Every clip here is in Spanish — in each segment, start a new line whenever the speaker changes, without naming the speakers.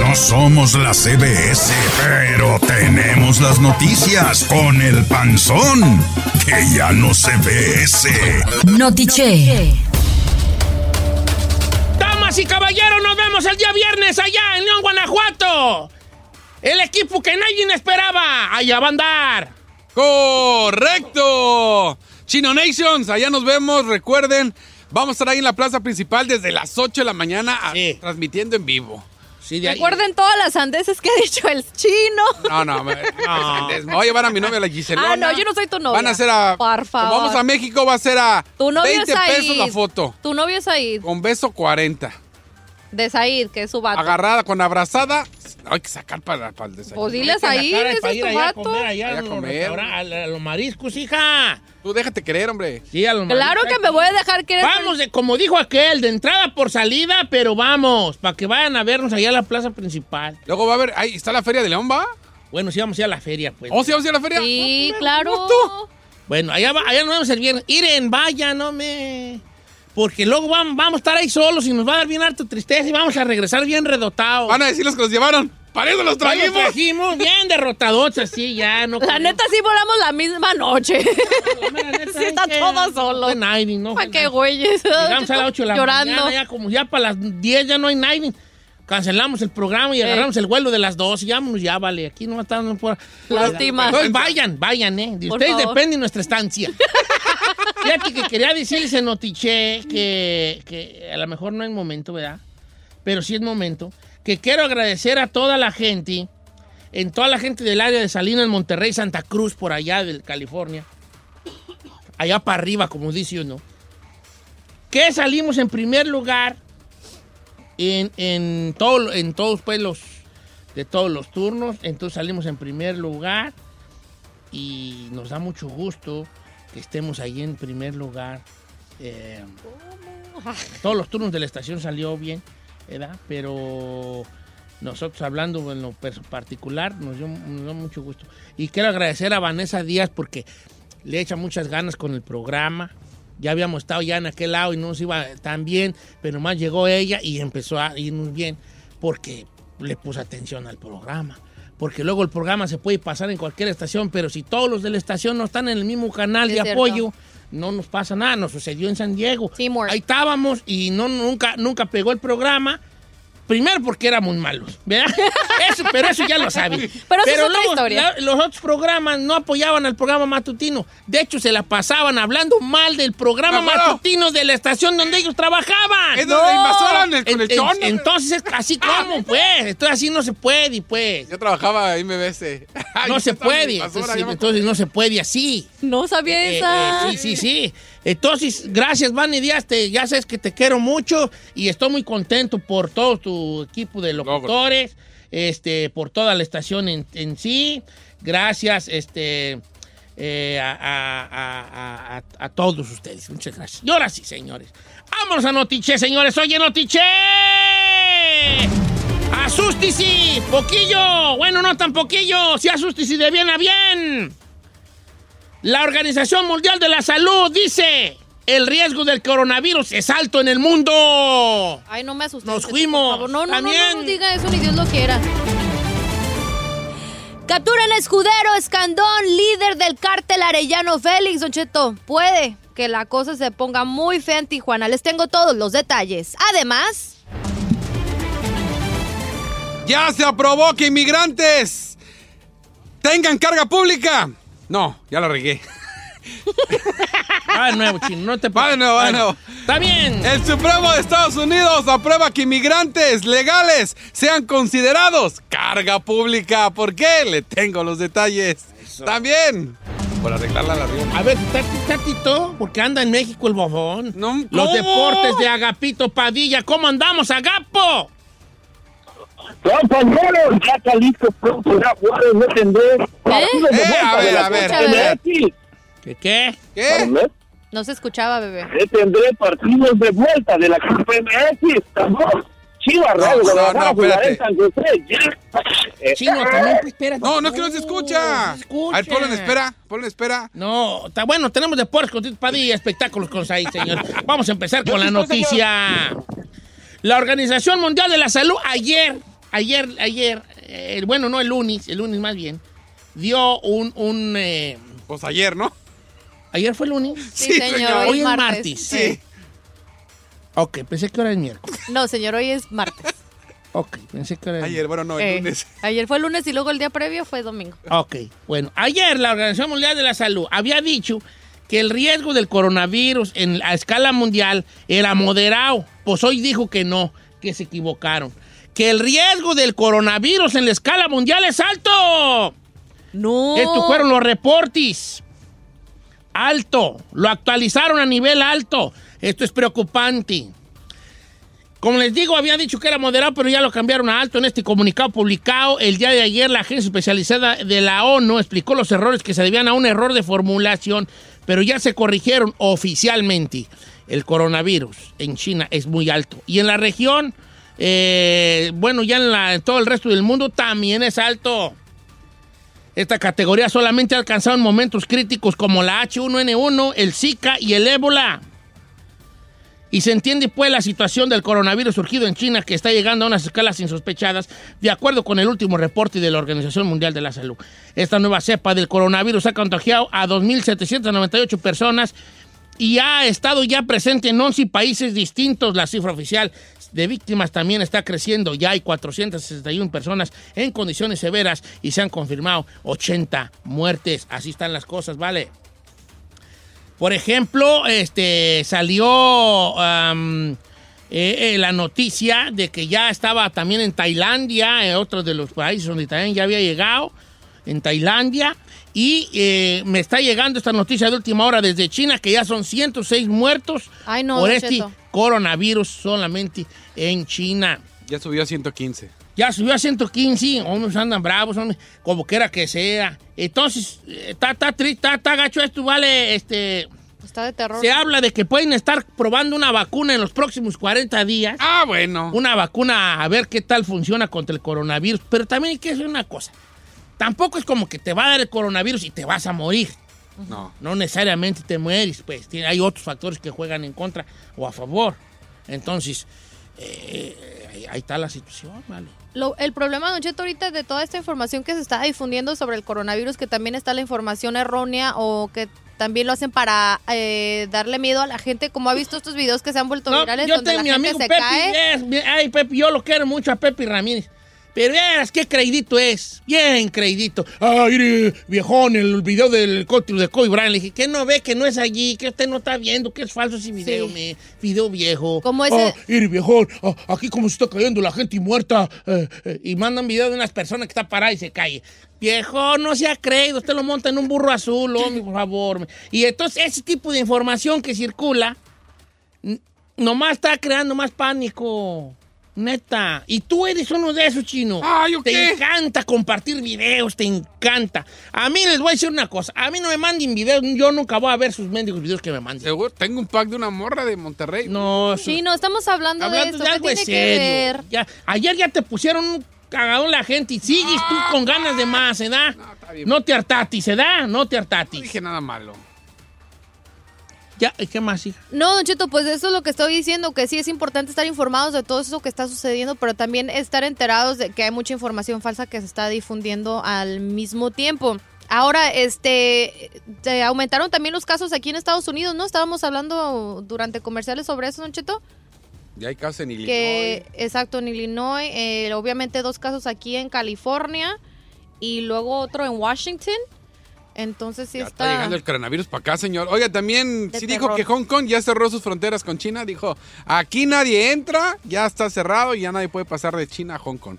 No somos la CBS, pero tenemos las noticias con el panzón, que ya no se ve ese.
Notiche.
Damas y caballeros, nos vemos el día viernes allá en León, Guanajuato. El equipo que nadie esperaba, allá va a andar.
¡Correcto! Chino Nations, allá nos vemos. Recuerden, vamos a estar ahí en la plaza principal desde las 8 de la mañana a- transmitiendo en vivo.
Sí, de
Recuerden todas las andeses que ha dicho el chino.
No, no, me, me voy a llevar a mi novia, la Giselona.
Ah, no, yo no soy tu novia.
Van a ser a.
Por favor.
como Vamos a México, va a ser a.
Tu novio
20
es Said.
pesos la foto.
Tu novio es Said,
Con beso 40.
de Said, que es su vato.
Agarrada con abrazada. Hay que sacar para, para el desayuno.
Pues dile a
Vete a la
Said,
cara y
ese
para
es
ir
tu
allá
Allá
a comer allá
vato.
a
a
los,
comer.
restaurantes, a los mariscos, hija.
Tú déjate creer, hombre.
Sí, a los
Claro
mariscos.
que me voy a dejar que
Vamos, eh, de, como dijo aquel, de entrada por salida, pero vamos, para que vayan a vernos allá a la plaza principal.
Luego va a haber. Ahí está la Feria de León, ¿va?
Bueno, sí, vamos a ir a la feria, pues.
¿O sí vamos a ir a la feria? Ah, pues,
Sí, claro.
gusto.
Bueno, allá, va- allá nos vemos el viernes. Iren, vaya, no me. Porque luego vam- vamos, a estar ahí solos y nos va a dar bien harta tristeza y vamos a regresar bien redotados.
Van a decir los que los llevaron. ¡Para eso los
Ya nos
trajimos!
trajimos bien derrotados, así ya, no.
La neta sí volamos la misma noche. sí, está todo solo.
Fue Nighting, ¿no?
¿Para qué güeyes?
Llegamos a las 8 de la
Llorando.
mañana, ya como ya para las 10 ya no hay Nighting. Cancelamos el programa y
Eh.
agarramos el vuelo de las 2 y vámonos ya, vale. Aquí no estamos por...
Lástima.
Entonces, vayan, vayan, ¿eh? De
Por
ustedes
favor.
depende nuestra estancia. Fíjate que quería decirles en Notiche que, que a lo mejor no es momento, ¿verdad? Pero sí es momento. Que quiero agradecer a toda la gente, en toda la gente del área de Salinas, Monterrey, Santa Cruz, por allá de California. Allá para arriba, como dice uno. Que salimos en primer lugar en, en, todo- en todos pues, los, de todos los turnos. Entonces salimos en primer lugar y nos da mucho gusto que estemos ahí en primer lugar. Eh, todos los turnos de la estación salió bien, ¿verdad? Pero nosotros hablando en lo pers- particular nos dio, nos dio mucho gusto. Y quiero agradecer a Vanessa Díaz porque le echa muchas ganas con el programa. Ya habíamos estado ya en aquel lado y no nos iba tan bien, pero más llegó ella y empezó a irnos bien porque le puso atención al programa. Porque luego el programa se puede pasar en cualquier estación, pero si todos los de la estación no están en el mismo canal
Es
de
cierto.
apoyo, no nos pasa nada. Nos sucedió en San Diego.
Teamwork.
Ahí estábamos y no, nunca, nunca pegó el programa. Primero porque éramos malos, ¿verdad? Eso, pero eso ya lo saben.
Pero eso es otra historia.
la- los otros programas no apoyaban al programa matutino. De hecho, se la pasaban hablando mal del programa
Me acuerdo.
matutino de la estación donde ellos trabajaban.
Es donde invasoran el-
En-
con el
en-
chon.
entonces, así como, pues. Entonces, así no se puede, pues.
Yo trabajaba ahí MBS.
No se puede. Entonces, entonces no se puede así.
No sabía
Eh,
esa.
eh, sí, sí, sí. Entonces, gracias, Manny Díaz. Te, ya sabes que te quiero mucho y estoy muy contento por todo tu equipo de locutores, este, por toda la estación en, en sí. Gracias este, eh, a, a- a- a- a todos ustedes. Muchas gracias. Y ahora sí, señores. Vámonos a Notiche, señores. Oye, Notiche. Asústici, poquillo. Bueno, no tan poquillo. Sí, asústici de bien a bien. La Organización Mundial de la Salud dice, el riesgo del coronavirus es alto en el mundo.
Ay, no me asustes.
Nos
por
fuimos.
favor. No, no, no,
También.
no, no diga eso, ni Dios lo quiera. Capturan a escudero Escandón, líder del cártel Arellano Félix, Don Cheto. Puede que la cosa se ponga muy fea en Tijuana. Les tengo todos los detalles. Además,
Ya se aprobó que inmigrantes tengan carga pública. No, ya la regué.
Va de Ah, nuevo, chino, no te
Va de nuevo, va de nuevo.
Está bien.
El Supremo de Estados Unidos aprueba que inmigrantes legales sean considerados carga pública. ¿Por qué? Le tengo los detalles. También. Por arreglarla la rienda.
A ver, tati, tatito, porque anda en México el bofón.
No,
Los
¿cómo?
deportes de Agapito Padilla. ¿Cómo andamos, Agapo?
Compañeros, pues, ya está listo pronto, ya Juárez no tendré. Partido de
Eh,
vuelta
a
de
ver,
la
a ver.
Copa MX.
¿Qué qué?
¿Qué?
¿Vale?
no se escuchaba, bebé.
Ya tendré partidos de vuelta de la Copa MX. Estamos. Chivas,
No,
Raúl,
no,
Guadalajara,
no,
jugará en
espérate.
San José. Ya. Eh,
Chino,
eh,
también, pues, espérate.
No, no es que no se escucha.
No se escucha.
A ver, ponlo en espera, ponlo en espera.
No, está bueno, tenemos deportes con Tito Padilla y espectáculos con Said, señor. Vamos a empezar con la noticia. La Organización Mundial de la Salud ayer, ayer, ayer, eh, bueno, no el lunes, el lunes más bien, dio un, un eh,
Pues ayer, ¿no?
ayer fue el lunes,
Sí, señor.
hoy es
Hoy es
martes.
martes.
Sí. Ok, pensé que ahora es miércoles.
No, señor, hoy es martes.
Ok, pensé que era
Ayer, bueno, no, el
Eh,
lunes.
ayer fue lunes y luego el día previo fue domingo.
Ok, bueno, ayer la Organización Mundial de la Salud había dicho que el riesgo del coronavirus en, a escala mundial era moderado. Pues hoy dijo que no, que se equivocaron. Que el riesgo del coronavirus en la escala mundial es alto.
No.
Estos fueron los reportes. Alto. Lo actualizaron a nivel alto. Esto es preocupante. Como les digo, habían dicho que era moderado, pero ya lo cambiaron a alto en este comunicado publicado el día de ayer. La agencia especializada de la ONU explicó los errores que se debían a un error de formulación, pero ya se corrigieron oficialmente. El coronavirus en China es muy alto. Y en la región, eh, bueno, ya en, la- en todo el resto del mundo también es alto. Esta categoría solamente ha alcanzado en momentos críticos como la H1N1, el Zika y el ébola. Y se entiende pues la situación del coronavirus surgido en China que está llegando a unas escalas insospechadas, de acuerdo con el último reporte de la Organización Mundial de la Salud. Esta nueva cepa del coronavirus ha contagiado a 2.798 personas y ha estado ya presente en 11 países distintos. La cifra oficial de víctimas también está creciendo. Ya hay 461 personas en condiciones severas y se han confirmado 80 muertes. Así están las cosas, ¿vale? Por ejemplo, este salió am, eh, eh, la noticia de que ya estaba también en Tailandia, en otros de los países donde también ya había llegado, en Tailandia. Y eh, me está llegando esta noticia de última hora desde China, que ya son 106 muertos
Ay, no,
por
Don
este
Cheto.
coronavirus solamente en China.
Ya subió a 115.
Ya subió a 115, hombres andan bravos, hombres, como quiera que sea. Entonces, eh, está, está triste, está, está gacho esto, vale, este...
Está de terror.
Se habla de que pueden estar probando una vacuna en los próximos 40 días.
Ah, bueno.
Una vacuna a ver qué tal funciona contra el coronavirus. Pero también hay que decir una cosa. Tampoco es como que te va a dar el coronavirus y te vas a morir.
No.
No necesariamente te mueres, pues. Tiene- Hay otros factores que juegan en contra o a favor. Entonces, eh, ahí- ahí está la situación, ¿vale?
Lo- el problema, Don Cheto, ahorita de toda esta información que se está difundiendo sobre el coronavirus, que también está la información errónea o que también lo hacen para eh, darle miedo a la gente, como ha visto estos videos que se han vuelto
No,
virales
yo
donde
tengo
la
mi
gente
amigo
se
Pepe.
cae.
yes, mi- ay, Pepe, yo lo quiero mucho a Pepe Ramírez. Pero verás qué creidito es. Bien creidito. Ay, mire, viejón, el video del cóctel de Kobe Bryant. Le dije, ¿qué no ve que no es allí? Que usted no está viendo, que es falso ese video,
Sí.
me. Video viejo.
Como ese-
Ah, mire, viejón, ah, aquí como se está cayendo la gente muerta. eh, eh, y mandan video de unas personas que está parada y se cae. Viejo, no sea creído, usted lo monta en un burro azul, hombre, por favor. Y entonces ese tipo de información que circula n- nomás está creando más pánico. Neta. Y tú eres uno de esos, chino.
Ah, ¿yo
te
qué?
encanta compartir videos, te encanta. A mí les voy a decir una cosa. A mí no me manden videos, yo nunca voy a ver sus mendigos videos que me manden.
Seguro, tengo un pack de una morra de Monterrey.
No, su-
Sí, no, estamos hablando,
hablando de
de
algo
esto. ¿Qué
en
tiene
serio.
que
Ya,
ver?
ayer ya te pusieron un cagadón la gente y sigues tú con ganas de más, ¿se da?
No,
No,
está bien.
te hartatis, ¿se da? No te
No
hartatis.
dije nada malo.
Ya, ¿qué más, hija?
No, Don Cheto, pues eso es lo que estoy diciendo, que sí es importante estar informados de todo eso que está sucediendo, pero también estar enterados de que hay mucha información falsa que se está difundiendo al mismo tiempo. Ahora, este, eh, aumentaron también los casos aquí en Estados Unidos, ¿no? Estábamos hablando durante comerciales sobre eso, Don Cheto.
Ya hay casos en Illinois.
Que, exacto, en Illinois, eh, obviamente dos casos aquí en California y luego otro en Washington. Entonces sí
Ya está llegando el coronavirus para acá, señor. Oiga, también
De
sí dijo
terror.
que Hong Kong ya cerró sus fronteras con China. Dijo, aquí nadie entra, ya está cerrado y ya nadie puede pasar de China a Hong Kong.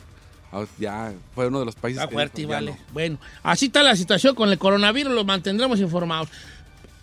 Ah, Ya fue uno de los países
Está
que
fuerte,
dijo, ya
vale.
no.
Bueno, así está la situación con el coronavirus, lo mantendremos informados.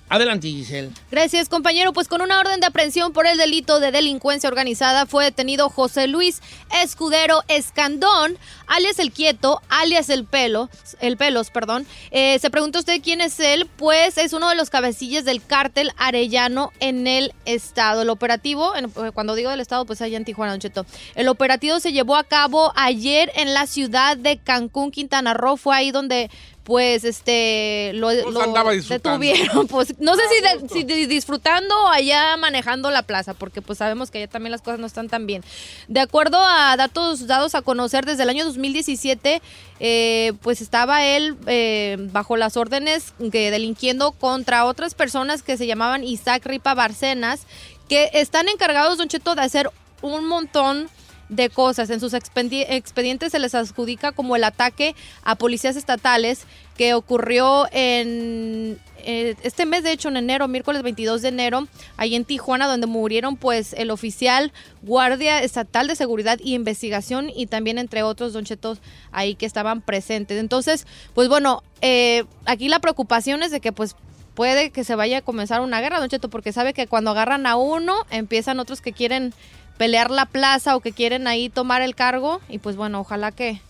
Adelante, Giselle.
Gracias, compañero. Pues con una orden de aprehensión por el delito de delincuencia organizada fue detenido José Luis Escudero Escandón, alias El Quieto, alias El Pelo, El Pelos, perdón. Eh, se pregunta usted quién es él, pues es uno de los cabecillas del cártel Arellano en el estado. El operativo, en- cuando digo del estado, pues allá en Tijuana, Don Cheto. El operativo se llevó a cabo ayer en la ciudad de Cancún, Quintana Roo. Fue ahí donde pues este lo,
Pues
lo
andaba disfrutando.
detuvieron pues no sé si, de- si de- disfrutando o allá manejando la plaza porque pues sabemos que allá también las cosas no están tan bien de acuerdo a datos dados a conocer desde el año 2017 eh, pues estaba él eh, bajo las órdenes que delinquiendo contra otras personas que se llamaban Isaac Ripa Barcenas que están encargados Don Cheto de hacer un montón de cosas. En sus expendi- expedientes se les adjudica como el ataque a policías estatales que ocurrió en eh, este mes, de hecho, en enero, miércoles 22 de enero, ahí en Tijuana, donde murieron pues el oficial guardia estatal de seguridad y investigación y también entre otros donchetos ahí que estaban presentes. Entonces, pues bueno, eh, aquí la preocupación es de que pues puede que se vaya a comenzar una guerra, Don Cheto, porque sabe que cuando agarran a uno, empiezan otros que quieren pelear la plaza o que quieren ahí tomar el cargo. Y pues bueno, ojalá que,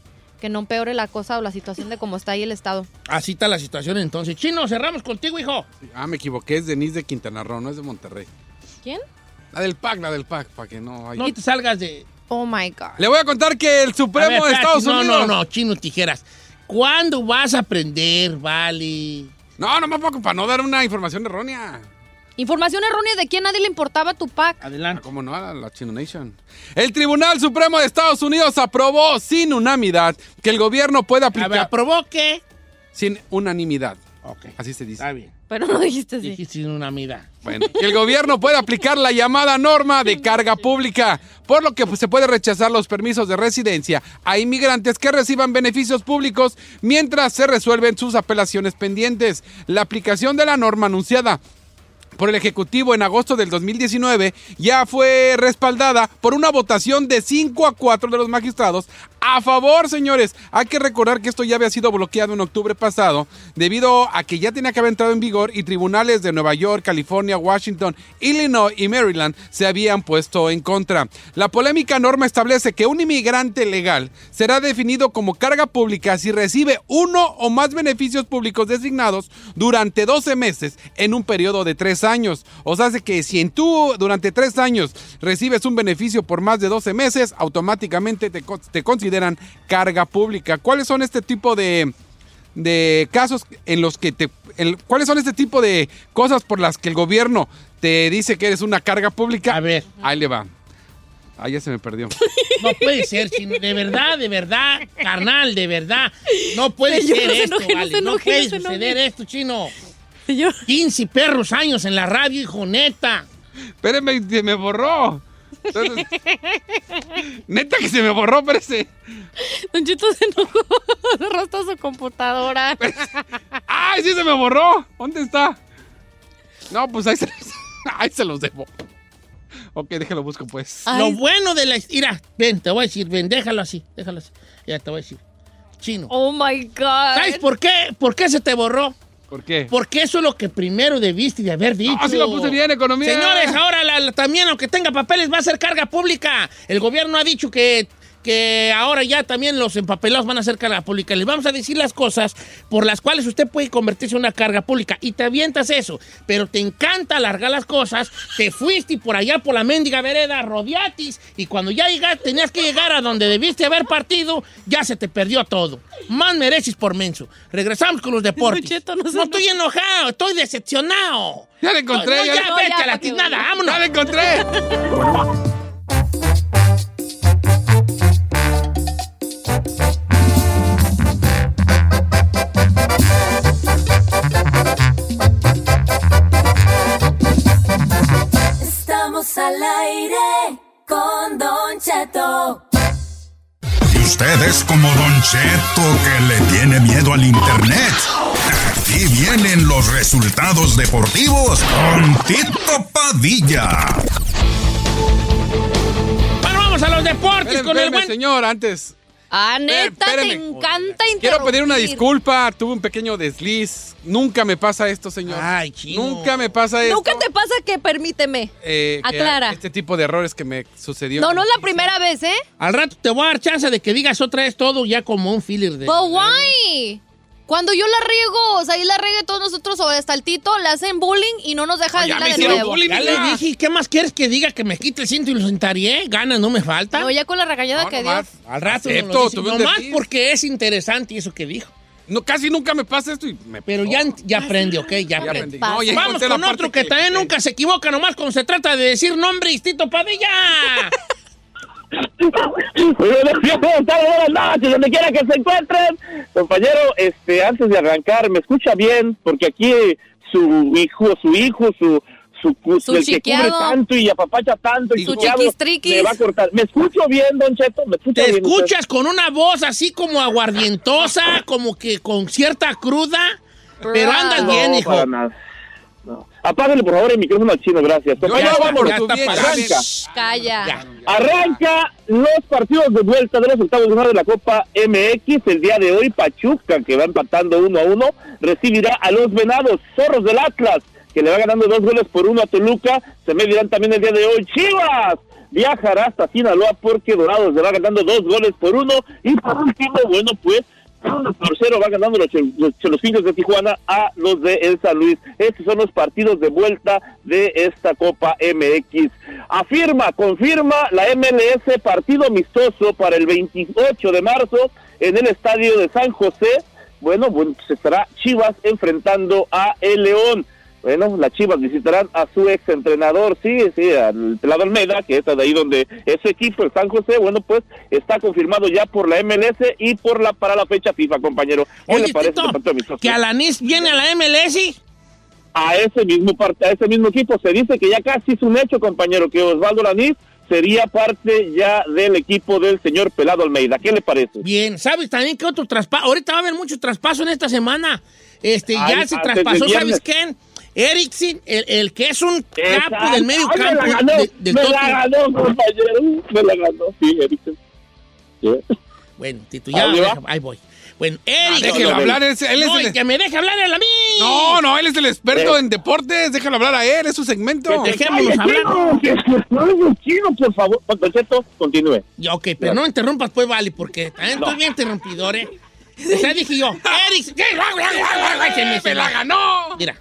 que no empeore la cosa o la situación de cómo está ahí el Estado.
Así está la situación entonces. Chino, cerramos contigo, hijo.
Ah, me equivoqué, es Denise de Quintana Roo, no es de Monterrey.
¿Quién?
La del pack, la del pack, para que no haya...
No te salgas de...
Oh my God.
Le voy a contar que el
A ver,
Supremo de
espérate,
Estados
no,
Unidos...
No, no, Chino, tijeras. ¿Cuándo vas a aprender, Vale?
No, no, no, para no dar una información errónea.
Información errónea de quién nadie le importaba tu pack.
Ah,
Adelante.
¿Cómo no? A la Chino Nation. El Tribunal Supremo de Estados Unidos aprobó sin unanimidad que el gobierno pueda
A ver,
aplicar...
provoque.
sin unanimidad.
Ok.
Así se dice.
Está bien.
Pero no dijiste así.
Dijiste una mida.
Bueno, que el gobierno puede aplicar la llamada norma de carga pública, por lo que pues, se puede rechazar los permisos de residencia a inmigrantes que reciban beneficios públicos mientras se resuelven sus apelaciones pendientes. La aplicación de la norma anunciada por el Ejecutivo en agosto del 2019 ya fue respaldada por una votación de 5 a 4 de los magistrados a favor, señores. Hay que recordar que esto ya había sido bloqueado en octubre pasado debido a que ya tenía que haber entrado en vigor y tribunales de Nueva York, California, Washington, Illinois y Maryland se habían puesto en contra. La polémica norma establece que un inmigrante legal será definido como carga pública si recibe uno o más beneficios públicos designados durante 12 meses en un periodo de 3 años. O sea, hace que si en tú durante 3 años recibes un beneficio por más de 12 meses, automáticamente te, con- te consideran carga pública. ¿Cuáles son este tipo de, de casos en los que te... el- ¿Cuáles son este tipo de cosas por las que el gobierno te dice que eres una carga pública?
A ver.
Ahí le va. Ahí ya se me perdió.
No puede ser, Chino. De verdad, de verdad, carnal, de verdad. No puede
Señor,
ser
no se
esto,
enoje, no
Vale.
se
No,
enoje,
puede
no se enoje.
suceder esto, Chino.
Señor.
15 perros años en la radio, hijo neta.
Espérenme, se me borró. Entonces, neta que se me borró, parece.
Don Cheto se enojó, arrastró su computadora.
¡Ay, sí se me borró! ¿Dónde está? No, pues ahí se los, ahí se los debo. Ok, déjalo busco, pues.
Lo
Ay,
bueno de la... Mira, ven, te voy a decir, ven, déjalo así, déjalo así. Ya te voy a decir. Chino.
oh my God.
¿Sabes por qué? ¿Por qué se te borró?
¿Por qué?
Porque eso es lo que primero debiste de haber dicho.
Ah, sí lo puse bien, economía.
Señores, ahora la- la- también, aunque tenga papeles, va a ser carga pública. El gobierno ha dicho que, que ahora ya también los empapelados van a ser carga pública. Les vamos a decir las cosas por las cuales usted puede convertirse en una carga pública. Y te avientas eso, pero te encanta alargar las cosas. Te fuiste y por allá, por la mendiga vereda, rodeatis. Y cuando ya llegaste, tenías que llegar a donde debiste haber partido, ya se te perdió todo. Más mereces por menso. Regresamos con los deportes.
Cheto, no
no
se
estoy estoy enojado, estoy decepcionado.
Ya la encontré,
No,
ya
ya,
la-
vete a
ya,
la
porque-
tiznada, vámonos.
¡Ya la encontré!
Estamos al aire con Don Cheto.
Y usted es como Don Cheto que le tiene miedo al internet. Aquí vienen los resultados deportivos con Tito Padilla.
Bueno, vamos a los deportes
Espérame,
con el
espérame,
buen.
señor, antes.
Ah, neta,
Espérame.
te encanta interrumpir.
Quiero pedir una disculpa, tuve un pequeño desliz. Nunca me pasa esto, señor.
Ay, chino.
Nunca me pasa esto.
Nunca te pasa que permíteme.
Eh, que
Aclara.
Este tipo de errores que me sucedió.
No, no es la primera vez, ¿eh?
Al rato te voy a dar chance de que digas otra vez todo ya como un filler de.
But why? Cuando yo la riego, o sea, y la riegue todos nosotros o hasta el Tito, le hacen bullying y no nos deja
ya
decirla
me
de
hicieron
nuevo.
bullying,
Ya le
mira.
dije, ¿qué más quieres que diga que me quite el cinto y lo sentaré? Ganas no me faltan.
No, ya con la regañada
No,
que dio.
nomás.
Al rato no
Acepto,
lo dice.
tuve un
Nomás
desliz.
porque es interesante eso que dijo.
No, casi nunca me pasa esto y me
Pero ya,
no,
ya aprende, ¿ok? Ya
ya aprendí.
aprende.
pasa.
No, ya
Vamos
encontré la
con
parte
otro que, también nunca se equivoca, nomás cuando se trata de decir nombres, Tito Padilla.
Buenos días, buenas noches, donde quiera que se encuentren. Compañero, este, antes de arrancar, me escucha bien, porque aquí su hijo, su hijo, su su, cu-
Su
el que cubre
chiqueado.
tanto y apapacha tanto y
Su
chiqueado,
chiquistriquis.
me va a cortar. ¿Me escucho bien, Don Cheto? ¿Me escucha
Te
bien usted?
escuchas con una voz así como aguardientosa, como que con cierta cruda, pero andas
No,
bien,
No,
hijo.
para nada. No. Apáguele, por favor, el micrófono al chino, gracias.
Yo ya
Ya
Compañero,
está,
vámonos.
por
ya
tu
está
bien.
pagado.
ya me-
Calla.
Ya.
Arranca los partidos de vuelta de los octavos de final de la Copa MX. El día de hoy, Pachuca, que va empatando uno a uno, recibirá a los Venados, Zorros del Atlas, que le va ganando dos goles por uno a Toluca. Se medirán también el día de hoy, Chivas. Viajará hasta Sinaloa porque Dorados le va ganando dos goles por uno. Y por último, bueno, pues, uno por cero va ganando los, chel- los Cholosinhos de Tijuana a los de El San Luis. Estos son los partidos de vuelta de esta Copa MX. Afirma, confirma la MLS partido amistoso para el 28 de marzo en el estadio de San José. Bueno, bueno, pues estará Chivas enfrentando a El León. Bueno, las Chivas visitarán a su ex entrenador, sí, sí, al Pelado Almeida, que está de ahí donde es su equipo, el San José, bueno, pues está confirmado ya por la MLS y por la para la fecha FIFA, compañero. ¿Qué
Oye,
le parece
Tito,
este partido amistoso?
que Alanis viene a la MLS.
a ese mismo parte, a ese mismo equipo. Se dice que ya casi es un hecho, compañero, que Osvaldo Lanís sería parte ya del equipo del señor Pelado Almeida. ¿Qué le parece?
Bien, ¿sabes también que otro traspaso? Ahorita va a haber mucho traspaso en esta semana. Este,
Ay,
ya se
hasta
traspasó,
el viernes.
¿sabes quién? Eriksen, el, el que es un capo
Exacto.
del medio
Ay,
campo
Me la ganó,
de- del
me la
Tottenham.
ganó, compañero. Me la ganó, sí, Eriksen. Sí.
Bueno, Tito, ya,
¿Dónde va? Ah,
deja- ahí voy. Bueno, Eriksen.
Déjelo
no,
hablar, él, es- él es
No,
el-
y que me deje hablar él a mí.
No, no, él es el experto
Eh.
en deportes. Déjalo hablar a él, es su segmento.
Que te-
Ay,
Dejémonos hablar.
chino, que se calme, chino, por favor. Don Cheto, continúe.
Ya, ok, pero no interrumpas, pues, vale, porque también estoy bien interrumpidor, ¿eh? O sea, dije yo, Eriksen, ¿qué? Guau, guau, guau, guau, se me- se
¡Me
me-
la ganó!
Mira,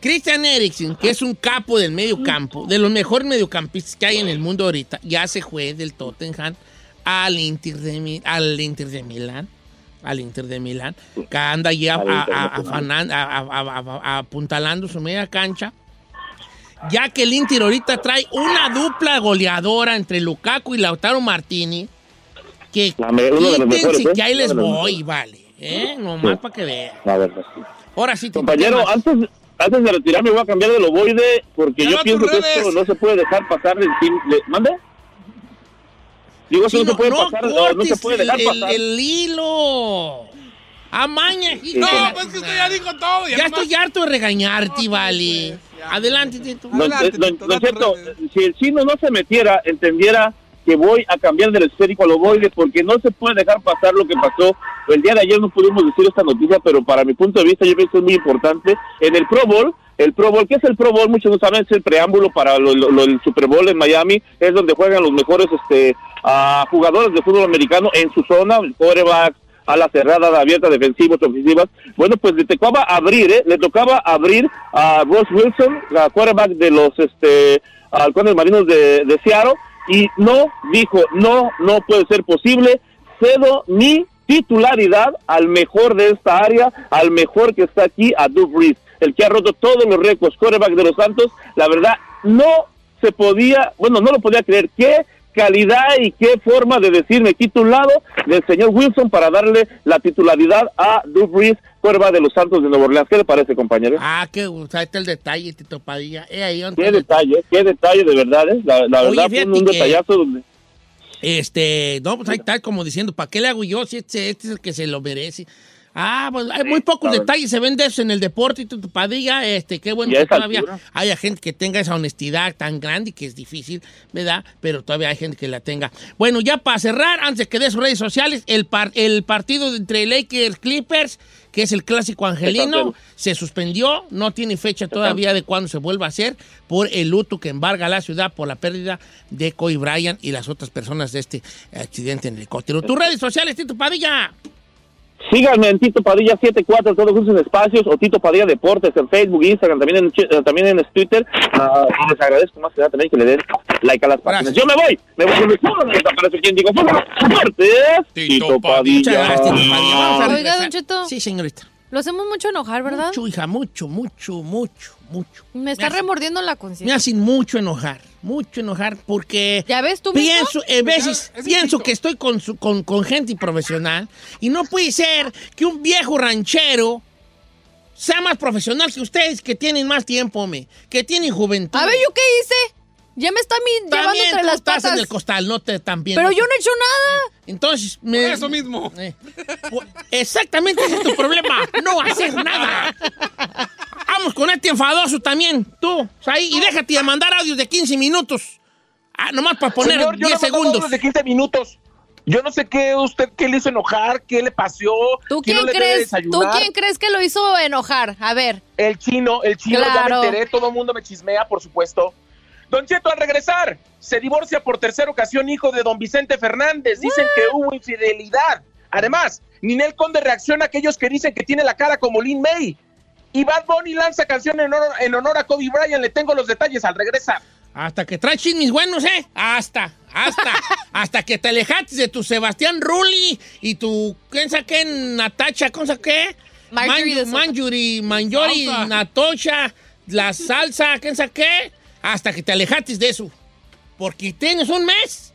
Christian Eriksen, que es un capo del medio campo, de los mejores mediocampistas que hay en el mundo ahorita, ya se fue del Tottenham al Inter de, Mi- al Inter de Milán. Al Inter de Milán, que anda ya
Al
a- a- afanan-
Internacional.
a- a- a- a- apuntalando su media cancha. Ya que el Inter ahorita trae una dupla goleadora entre Lukaku y Lautaro Martini. Que
La me- uno de los
quítense
mejores, ¿eh?
que ahí les
Uno de los
voy, vale. ¿eh? Nomás para que vean.
La verdad.
Ahora sí, Tito, ¿qué
Compañero,
más?
antes, antes de retirarme voy a cambiar del ovoide porque
Ya
yo
va
pienso
tus
que
redes.
esto no se puede dejar pasar del team. ¿Le ¿Mande? Digo,
Sí,
esto no, se puede pasar, no, no se
cortes
puede dejar
el,
pasar.
el- el hilo. Amaña, hijo.
No,
Sí.
pues que usted ya dijo todo.
Ya
nomás- pues,
estoy harto de regañarte, Vale. Adelante, Tito.
No, eh,
Adelante,
no,
Tito,
no es
date
cierto,
redes.
si el chino no se metiera, entendiera que voy a cambiar del esférico al ovoide porque no se puede dejar pasar lo que pasó. El día de ayer no pudimos decir esta noticia, pero para mi punto de vista yo pienso que es muy importante. En el Pro Bowl, el Pro Bowl, ¿qué es el Pro Bowl? Muchos no saben, es el preámbulo para lo- lo- lo- el Super Bowl en Miami, es donde juegan los mejores este, ah, jugadores de fútbol americano en su zona, el quarterback, a la cerrada, a la abierta, defensivos, ofensivas. Bueno, pues le tocaba abrir, ¿eh? Le tocaba abrir a Ross Wilson, la quarterback de los, este, halcones marinos de, de Seattle, y no dijo, no, no puede ser posible, cedo mi titularidad al mejor de esta área, al mejor que está aquí, a Duke Brees, el que ha roto todos los récords, quarterback de los Santos, la verdad, no se podía, bueno, no lo podía creer, qué calidad y qué forma de decir me quito un lado del señor Wilson para darle la titularidad a Drew Brees, cuerva de los Santos de Nueva Orleans. ¿Qué le parece, compañero?
Ah, que gusta está el detalle, Tito Padilla. Eh, ahí donde
Qué detalle, qué detalle de verdad, ¿eh? La, la
Oye,
verdad fue
fíjate
un
que-
detallazo donde...
Este, no, pues ahí está como diciendo, ¿para qué le hago yo si este, este es el que se lo merece? Ah, pues hay muy
Sí,
pocos
claro.
detalles, se ven de eso en el deporte y tu tu padilla, este, qué bueno
Y a
que
esa
todavía
altura.
haya gente que tenga esa honestidad tan grande y que es difícil, ¿verdad? Pero todavía hay gente que la tenga. Bueno, ya para cerrar, antes de que dé sus redes sociales, el, par- el partido entre Lakers Clippers, que es el clásico angelino,
canceló.
se suspendió, no tiene fecha todavía de cuándo se vuelva a hacer por el luto que embarga la ciudad por la pérdida de Kobe Bryant y las otras personas de este accidente en helicóptero. Tus redes
este
sociales, Tito Padilla.
Síganme en Tito Padilla 74, todos juntos en espacios, o Tito Padilla Deportes en Facebook, Instagram, también en, chi- eh, también en Twitter. Ah, y les agradezco más que nada también que le den like a las páginas.
Gracias.
Yo me voy, me voy, me voy, me desaparece quien digo, Deportes,
Tito
Tito
Padilla.
Muchas gracias, Tito
Padilla.
Padilla. Vamos a
Oiga,
regresar.
Don Cheto.
Sí, señorita.
Lo hacemos mucho enojar, ¿verdad?
Mucho, hija, mucho, mucho, mucho, mucho.
Me está
hace-
remordiendo la
Me
conciencia.
hacen mucho enojar, mucho enojar porque...
¿Ya ves tú, mismo?
Pienso, a veces,
Pues Ya, es
pienso
distinto.
que estoy con, su- con, con gente profesional y no puede ser que un viejo ranchero sea más profesional que ustedes que tienen más tiempo, hombre, que tienen juventud.
A ver, ¿yo qué hice? Ya me está mi- llevando
También
entre
tú
las
estás
patas.
en el costal, no te también.
Pero
¿no?
yo no he hecho nada.
Entonces, me...
Por eso mismo.
Eh, pu- exactamente ese es tu problema, no hacer nada. Vamos con este enfadoso también, tú, pues, ahí, y déjate de mandar audios de 15 minutos. Ah, nomás para poner
Señor, yo
10
le mando
segundos.
audios de 15 minutos. Yo no sé qué usted qué le hizo enojar, qué le paseó.
¿Tú
qué no
quién
le debe
crees? ¿Tú
desayunar.
quién crees que lo hizo enojar? A ver.
El chino, el chino, ya
Claro.
me enteré, todo el mundo me chismea, por supuesto. Don Cheto, al regresar, se divorcia por tercera ocasión hijo de don Vicente Fernández. Dicen que hubo infidelidad. Además, Ninel Conde reacciona a aquellos que dicen que tiene la cara como Lin May. Y Bad Bunny lanza canción en honor, en honor a Kobe Bryant. Le tengo los detalles al regresar.
Hasta que traes chismes buenos, ¿eh? Hasta, hasta, hasta que te alejaste de tu Sebastián Rulli y tu, ¿quién saqué? Natacha, ¿cómo saqué?
Marjorie
Manju-
de Soto.
Manjuri, Manjori,
Salsa.
Natosha, la salsa, ¿quién saqué? Hasta que te alejaste de eso. Porque tienes un mes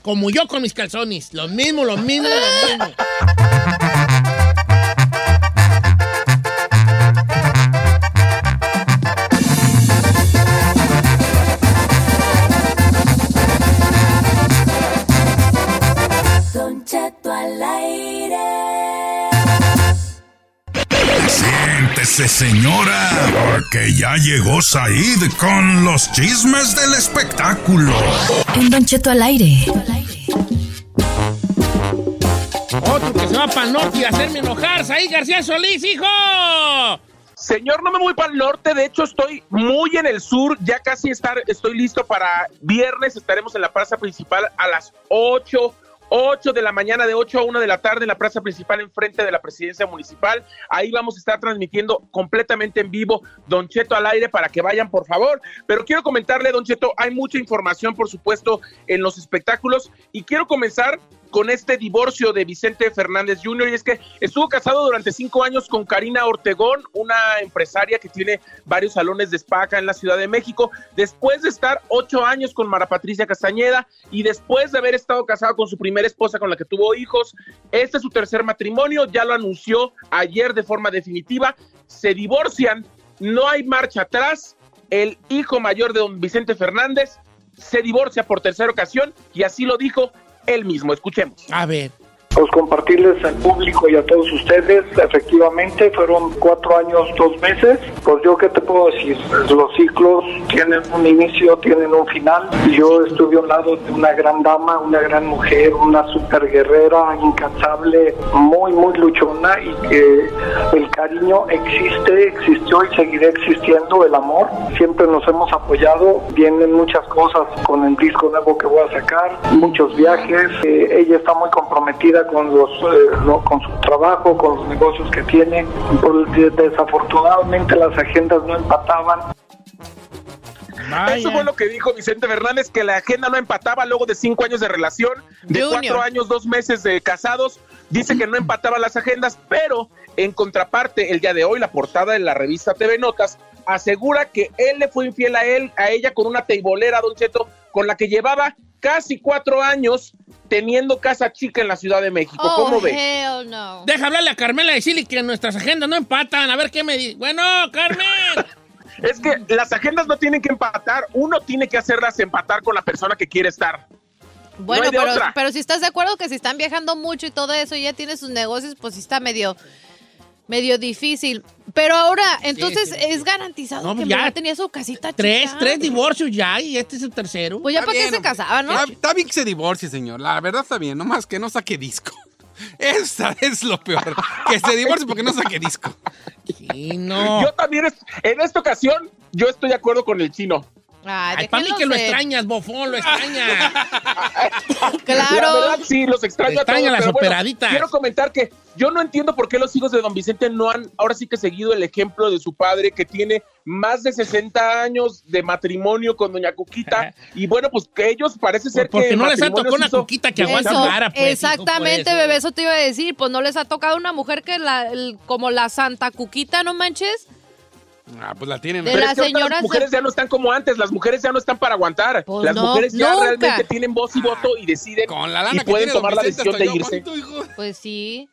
como yo con mis calzones. Lo mismo, lo mismo, lo mismo.
Don Cheto al aire.
Siéntese, señora, porque ya llegó Said con los chismes del espectáculo.
En Don Cheto al aire.
Otro que se va para norte y a hacerme enojar. Saí García Solís, hijo.
Señor, no me voy para el norte, de hecho estoy muy en el sur, ya casi estar, estoy listo para viernes, estaremos en la plaza principal a las 8, 8 de la mañana, de 8 a 1 de la tarde en la plaza principal enfrente de la presidencia municipal. Ahí vamos a estar transmitiendo completamente en vivo Don Cheto al aire para que vayan, por favor. Pero quiero comentarle, Don Cheto, hay mucha información, por supuesto, en los espectáculos y quiero comenzar con este divorcio de Vicente Fernández Jr. Y es que estuvo casado durante cinco años con Karina Ortegón, una empresaria que tiene varios salones de spa acá en la Ciudad de México. Después de estar ocho años con Mara Patricia Castañeda y después de haber estado casado con su primera esposa con la que tuvo hijos, este es su tercer matrimonio, ya lo anunció ayer de forma definitiva. Se divorcian, no hay marcha atrás. El hijo mayor de don Vicente Fernández se divorcia por tercera ocasión y así lo dijo él mismo. Escuchemos.
A ver.
Pues compartirles al público y a todos ustedes, efectivamente, fueron cuatro años, dos meses. Pues yo qué te puedo decir, los ciclos tienen un inicio, tienen un final. Yo estuve a un lado de una gran dama, una gran mujer, una super guerrera, incansable, muy, muy luchona y que el cariño existe, existió y seguirá existiendo, el amor. Siempre nos hemos apoyado, vienen muchas cosas con el disco nuevo que voy a sacar, muchos viajes. Eh, ella está muy comprometida con los eh, lo- con su trabajo, con los negocios que tiene. Por- de- desafortunadamente las agendas no empataban.
Eso fue lo que dijo Vicente Fernández, que la agenda no empataba luego de cinco años de relación, de
Junior.
cuatro años, dos meses de casados. Dice que no empataban las agendas, pero en contraparte, el día de hoy, la portada de la revista TV Notas asegura que él le fue infiel a él, a ella con una teibolera, Don Cheto, con la que llevaba casi cuatro años teniendo casa chica en la Ciudad de México.
Oh,
¿Cómo ve?
hell no.
Deja hablarle a Carmela y decirle que nuestras agendas no empatan. A ver qué me dice. Bueno, Carmen.
Es que las agendas no tienen que empatar, uno tiene que hacerlas empatar con la persona que quiere estar.
Bueno,
No hay de
pero,
otra.
pero si estás de acuerdo que si están viajando mucho y todo eso y ya tiene sus negocios, pues sí está medio medio difícil. Pero ahora, entonces
sí,
es garantizado
No,
que
ya.
ya tenía su casita
tres,
chica.
tres divorcios ya y este es el tercero.
Pues ya para qué
bien,
se
hombre.
casaba, ¿no?
Está, está bien que se divorcie, señor. La verdad está bien. Nomás que no saque disco. Esa es lo peor. Que se divorcie porque no saque disco.
Sí, no.
Yo también, es- en esta ocasión, yo estoy de acuerdo con el chino.
Ay,
Ay, para mí
déjenlo
que lo
ser.
extrañas, bofón, lo extrañas.
La
Claro.
verdad, sí, los extraño
Te
a todos,
extrañan las
pero bueno,
operaditas.
quiero comentar que yo no entiendo por qué los hijos de don Vicente no han, ahora sí que seguido el ejemplo de su padre, que tiene más de 60 años de matrimonio con doña Cuquita. y bueno, pues que ellos parece ser
Porque
que...
no les ha
matrimonio
tocado una
se hizo-
coquita que aguanta
Eso,
vara, pues,
exactamente,
hijo, pues.
bebé, eso te iba a decir. Pues no les ha tocado una mujer que la, el- como la Santa Cuquita, no manches.
Ah, pues la tienen.
De
Pero
la
es que ahorita
señora
las mujeres ya no están como antes, las mujeres ya no están para aguantar.
Pues
las
no,
mujeres ya
nunca.
realmente tienen voz y voto y deciden
Con la lana
y
que
pueden
tiene
tomar
don
la
Vicente,
decisión
hasta
de
yo
irse.
aguanto, hijo.
Pues sí.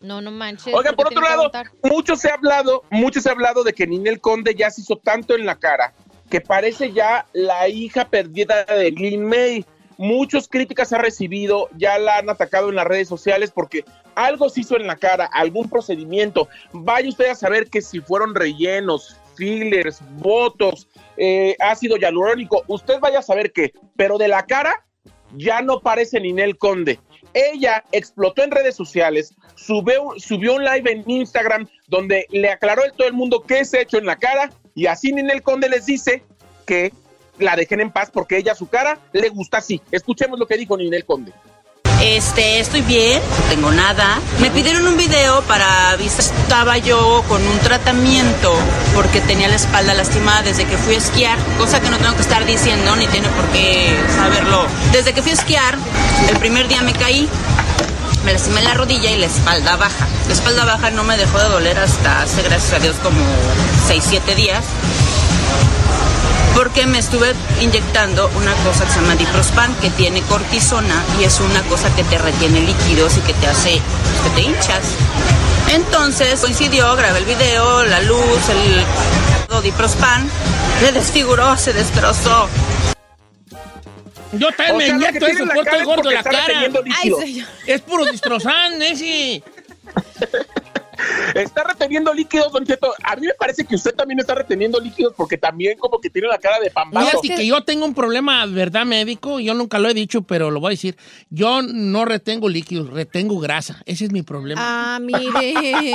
No, no manches.
Oigan, por
porque
otro
tienen que
lado,
aguantar.
mucho se ha hablado, mucho se ha hablado de que Ninel Conde ya se hizo tanto en la cara que parece ya la hija perdida de Lin May. Muchas críticas ha recibido, ya la han atacado en las redes sociales porque algo se hizo en la cara, algún procedimiento. Vaya usted a saber que si fueron rellenos, fillers, botox, eh, ácido hialurónico, usted vaya a saber qué, pero de la cara ya no parece Ninel Conde. Ella explotó en redes sociales, subió, subió un live en Instagram donde le aclaró a todo el mundo qué se ha hecho en la cara y así Ninel Conde les dice que la dejen en paz porque ella su cara le gusta así. Escuchemos lo que dijo Ninel Conde.
Este, estoy bien, no tengo nada. Me pidieron un video para avisar. Estaba yo con un tratamiento porque tenía la espalda lastimada desde que fui a esquiar, cosa que no tengo que estar diciendo ni tiene por qué saberlo. Desde que fui a esquiar, el primer día me caí, me lastimé la rodilla y la espalda baja. La espalda baja no me dejó de doler hasta hace, gracias a Dios, como 6, 7 días porque me estuve inyectando una cosa que se llama diprospan que tiene cortisona y es una cosa que te retiene líquidos y que te hace pues, que te hinchas. Entonces coincidió, grabé el video, la luz, el diprospan, le desfiguró, se destrozó.
Yo también
O sea,
me
lo que
inyecto
tiene
eso, corto y
la cara es
gordo
porque
la
está
cara.
reteniendo
Ay,
líquido.
señor.
Es puro destrozán ese.
Está reteniendo líquidos, Don Cheto. A mí me parece que usted también está reteniendo líquidos porque también como que tiene la cara de pambado.
Fíjate que yo tengo un problema, ¿verdad, médico? Yo nunca lo he dicho, pero lo voy a decir. Yo no retengo líquidos, retengo grasa. Ese es mi problema.
Ah, mire.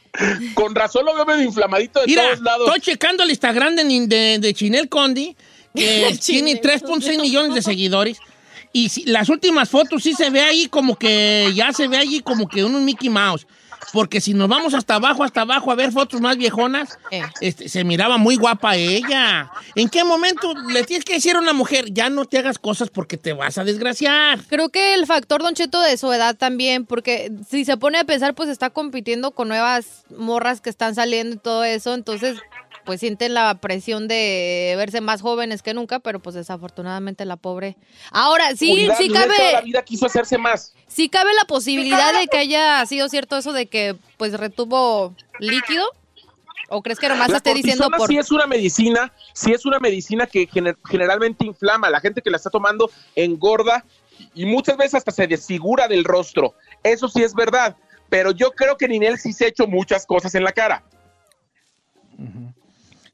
Con razón lo veo medio inflamadito de
Mira,
todos lados.
estoy checando el Instagram de, Nin- de, de Chinel Condi, que tiene
Chinel
3.6 millones de seguidores. Y si- las últimas fotos sí se ve ahí como que, ya se ve allí como que un Mickey Mouse. Porque si nos vamos hasta abajo, hasta abajo a ver fotos más viejonas,
Eh.
este, se miraba muy guapa ella. ¿En qué momento le tienes que decir a una mujer, ya no te hagas cosas porque te vas a desgraciar?
Creo que el factor Don Cheto de su edad también, porque si se pone a pensar, pues está compitiendo con nuevas morras que están saliendo y todo eso, entonces pues sienten la presión de verse más jóvenes que nunca, pero pues desafortunadamente la pobre. Ahora, sí,
Unidad,
sí
Unidad toda la
cabe,
vida quiso hacerse más.
sí cabe la posibilidad de que haya sido cierto eso de que pues retuvo líquido. ¿O crees que nomás
La
esté diciendo
cortisona
por
sí es una medicina, sí es una medicina que gener- generalmente inflama. La gente que la está tomando engorda y muchas veces hasta se desfigura del rostro. Eso sí es verdad. Pero yo creo que Ninel sí se ha hecho muchas cosas en la cara.
Sí,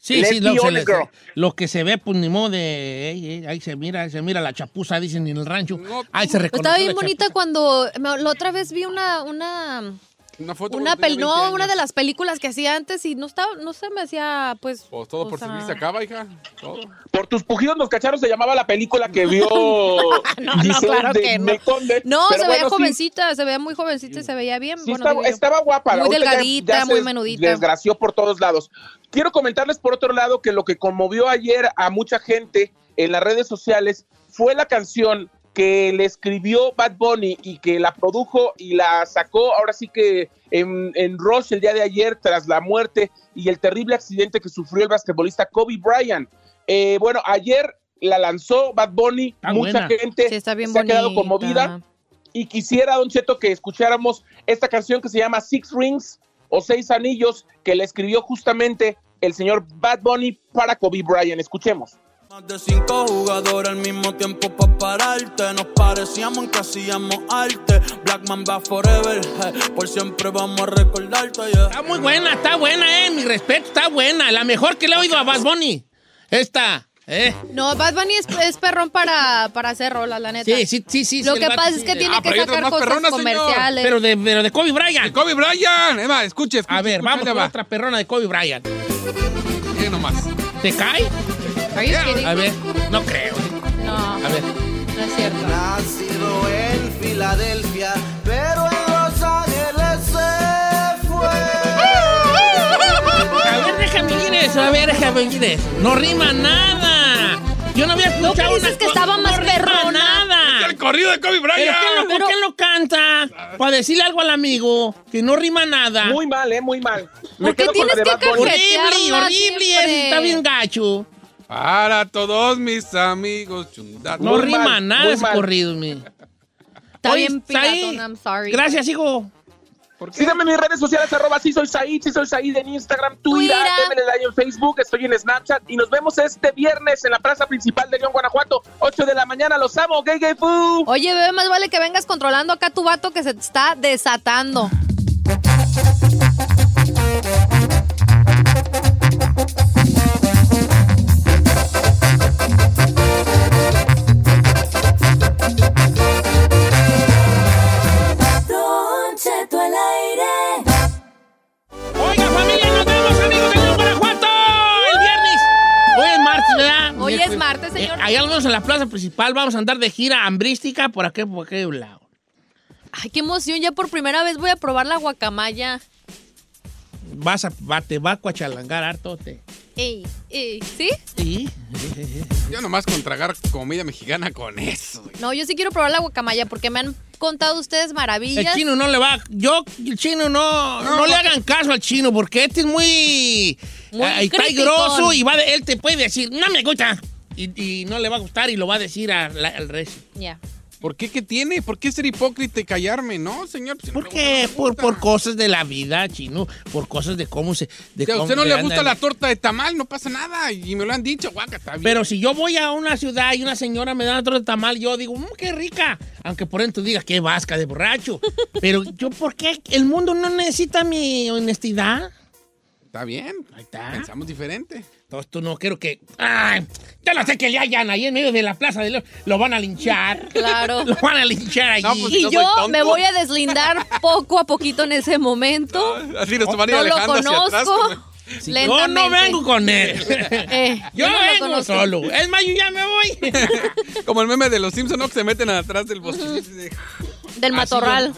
Let's
sí,
be
lo, se
honest,
le-
girl.
lo que se ve, pues ni modo de. ey, ey, ahí se mira, ahí se mira la chapuza, dicen en el rancho.
pues,
Ahí se reconoce.
Estaba bien
la
bonita cuando me- la otra vez vi una una
Una foto
una
cuando
pel
tenía
no,
20
una de
años.
las películas que hacía antes y no estaba no se me hacía pues
Pues todo
o
por
sea,
servirse acaba, hija. Todo.
Por tus pujidos nos cacharon se llamaba la película que vio
No, no,
Giselle
claro
de
que no.
Meconde.
No,
Pero
se
bueno,
veía
sí,
jovencita, se veía muy jovencita y se veía bien.
Sí,
bueno,
estaba,
digo yo.
estaba guapa.
Muy
Ahorita ya-
delgadita,
ya se
muy
des-
menudita.
Desgració por todos lados. Quiero comentarles por otro lado que lo que conmovió ayer a mucha gente en las redes sociales fue la canción que le escribió Bad Bunny y que la produjo y la sacó ahora sí que en, en Rush el día de ayer tras la muerte y el terrible accidente que sufrió el basquetbolista Kobe Bryant. Eh, bueno, ayer la lanzó Bad Bunny, mucha
buena.
gente
Sí, está bien
se ha quedado
bonita.
conmovida y quisiera, Don Cheto, que escucháramos esta canción que se llama Six Rings o Seis Anillos, que le escribió justamente el señor Bad Bunny para Kobe Bryant. Escuchemos.
Más de cinco jugadores al mismo tiempo para pararte. Nos parecíamos, encasillamos arte. Blackman va forever, eh, por siempre vamos a recordarte. yeah.
Está muy buena, está buena, eh. Mi respeto, está buena. La mejor que le he oído a Bad Bunny. Esta, eh.
No, Bad Bunny es, es perrón para, para hacer rolas, la neta.
Sí, sí, sí, sí.
Lo
sí,
que
el vato
pasa
sí,
es que
eh.
tiene
Ah,
que sacar cosas comerciales.
Pero de, pero de Kobe Bryant. De
Kobe Bryant. Emma, escuche,
A ver, vamos con otra perrona de Kobe Bryant.
Mire nomás.
¿Te cae?
Are you kidding?
A ver, no creo.
No,
A ver.
no es cierto.
Nacido en Filadelfia, pero en Los Ángeles se fue.
A ver, déjame oír eso, a ver, déjame oír eso. No rima nada. Yo no había escuchado
que dices
una
que
cosa-
estaba más
no rima
perrona.
nada.
El corrido de Kobe
¿Pero
Bryant.
quién lo, por qué lo canta? Para decirle algo al amigo que no rima nada.
Muy mal, ¿eh? Muy mal.
Me
qué
quedo con la
tienes
de
que
Bad Bunny. Horrible,
cajetearla
horrible.
siempre?
ese Está bien gacho.
Para todos mis amigos, chundata.
No rima nada ese corrido, mi.
Está
Oye,
bien
ahí.
piratón, I'm sorry.
Gracias, hijo.
Síganme en mis redes sociales, arroba sí soy Said, sí soy Said en Instagram, Twitter,
Twitter.
denle like en Facebook, estoy en Snapchat y nos vemos este viernes en la plaza principal de León, Guanajuato, 8 de la mañana, los amo, gay gay foo.
Oye, bebé, más vale que vengas controlando acá tu vato que se te está desatando.
Don Cheto al aire.
Oiga, familia, nos vemos, amigos de León, Guanajuato. El viernes. Hoy es martes, ¿verdad?
Hoy
Miércoles.
es martes, señor.
Eh, allá nos vemos en la plaza principal. Vamos a andar de gira hambrística por aquel, por aquel lado.
Ay, qué emoción. Ya por primera vez voy a probar la guacamaya.
Vas a, va, te va a cuachalangar harto. Te.
Ey, ey, ¿sí?
Sí.
Yo nomás con tragar comida mexicana con eso.
No, yo sí quiero probar la guacamaya porque me han contado ustedes
El
maravillas.
chino no le va. Yo, el chino no. No, le hagan caso al chino porque este es muy.
Muy
ah, está
criticón.
grosso y va de- él te puede decir, no me gusta. Y, y no le va a gustar y lo va a decir a la- al resto.
Ya.
¿Por qué? ¿Qué tiene? ¿Por qué ser hipócrita y callarme? No, señor. pues, si no
¿Por
me
qué?
gusta, no me
Por,
gusta.
por cosas de la vida, chino. Por cosas de cómo se. De
Si a
cómo
usted no le
andan.
gusta la torta de tamal, no pasa nada. Y me lo han dicho, guaca, está bien.
Pero si yo voy a una ciudad y una señora me da una torta de tamal, yo digo, mmm, qué rica. Aunque por dentro digas, qué vasca de borracho. Pero yo, ¿por qué? El mundo no necesita mi honestidad.
Está bien.
Ahí está.
Pensamos diferente.
Entonces tú no quiero que. ¡Ay! Ya lo sé que le hayan ahí en medio de la plaza de León. Lo van a linchar.
Claro.
Lo van a linchar allí.
No, pues,
Y
no soy
yo
tonto.
me voy a deslindar poco a poquito en ese momento.
Así nos van a ir
No lo
alejando hacia atrás.
conozco.
Si yo
lentamente.
no vengo con él.
Eh,
yo
no lo
vengo
conozco.
solo. Es más, yo ya me voy.
Como, como el meme de los Simpsons, ¿no? Que se meten atrás del bosque.
Del matorral.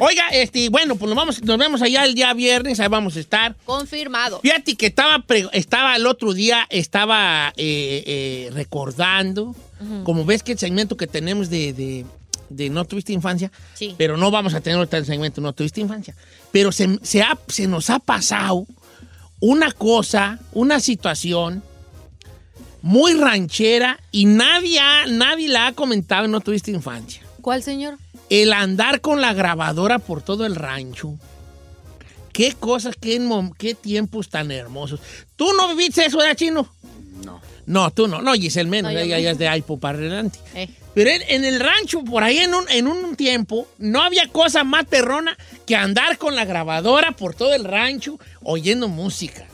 Oiga, este, bueno, pues nos, vamos, nos vemos allá el día viernes, ahí vamos a estar.
Confirmado.
Fíjate que estaba, pre- estaba el otro día, estaba eh, eh, recordando,
Ujú.
como ves que el segmento que tenemos de, de- de No Tuviste Infancia,
Sí.
pero no vamos a tener otro segmento, No Tuviste Infancia, pero se, se ha- se nos ha pasado una cosa, una situación muy ranchera y nadie, ha- nadie la ha comentado en No Tuviste Infancia.
¿Cuál, señor?
El andar con la grabadora por todo el rancho. Qué cosas, qué, mom- qué tiempos tan hermosos. ¿Tú no viviste eso, ¿verdad, Chino? No. No, tú no. No, Giselle menos.
No, yo
ella
no.
ya es de Aipo para adelante.
Eh.
Pero en, en el rancho, por ahí en un, en un tiempo, no había cosa más terrona que andar con la grabadora por todo el rancho oyendo música.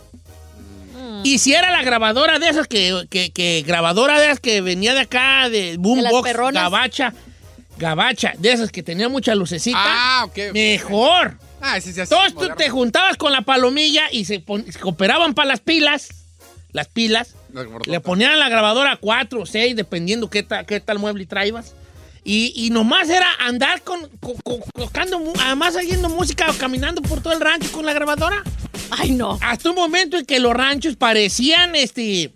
Ah.
Mm.
Y si era la grabadora de esas que, que- que- grabadora de esas que venía de acá, de Boombox,
perronas.
Gabacha, Gabacha, de esas que tenía mucha lucecita,
Ah, ok, ok.
mejor.
Ah, ese sí hace
Entonces tú
moderno.
te juntabas con la palomilla y se, pon- se cooperaban para las pilas, las pilas,
Las gordotas.
le ponían la grabadora cuatro o seis, dependiendo qué, ta- qué tal mueble traibas. Y, y nomás era andar con, co- co- tocando, mu- además oyendo música o caminando por todo el rancho con la grabadora.
Ay, no.
Hasta un momento en que los ranchos parecían este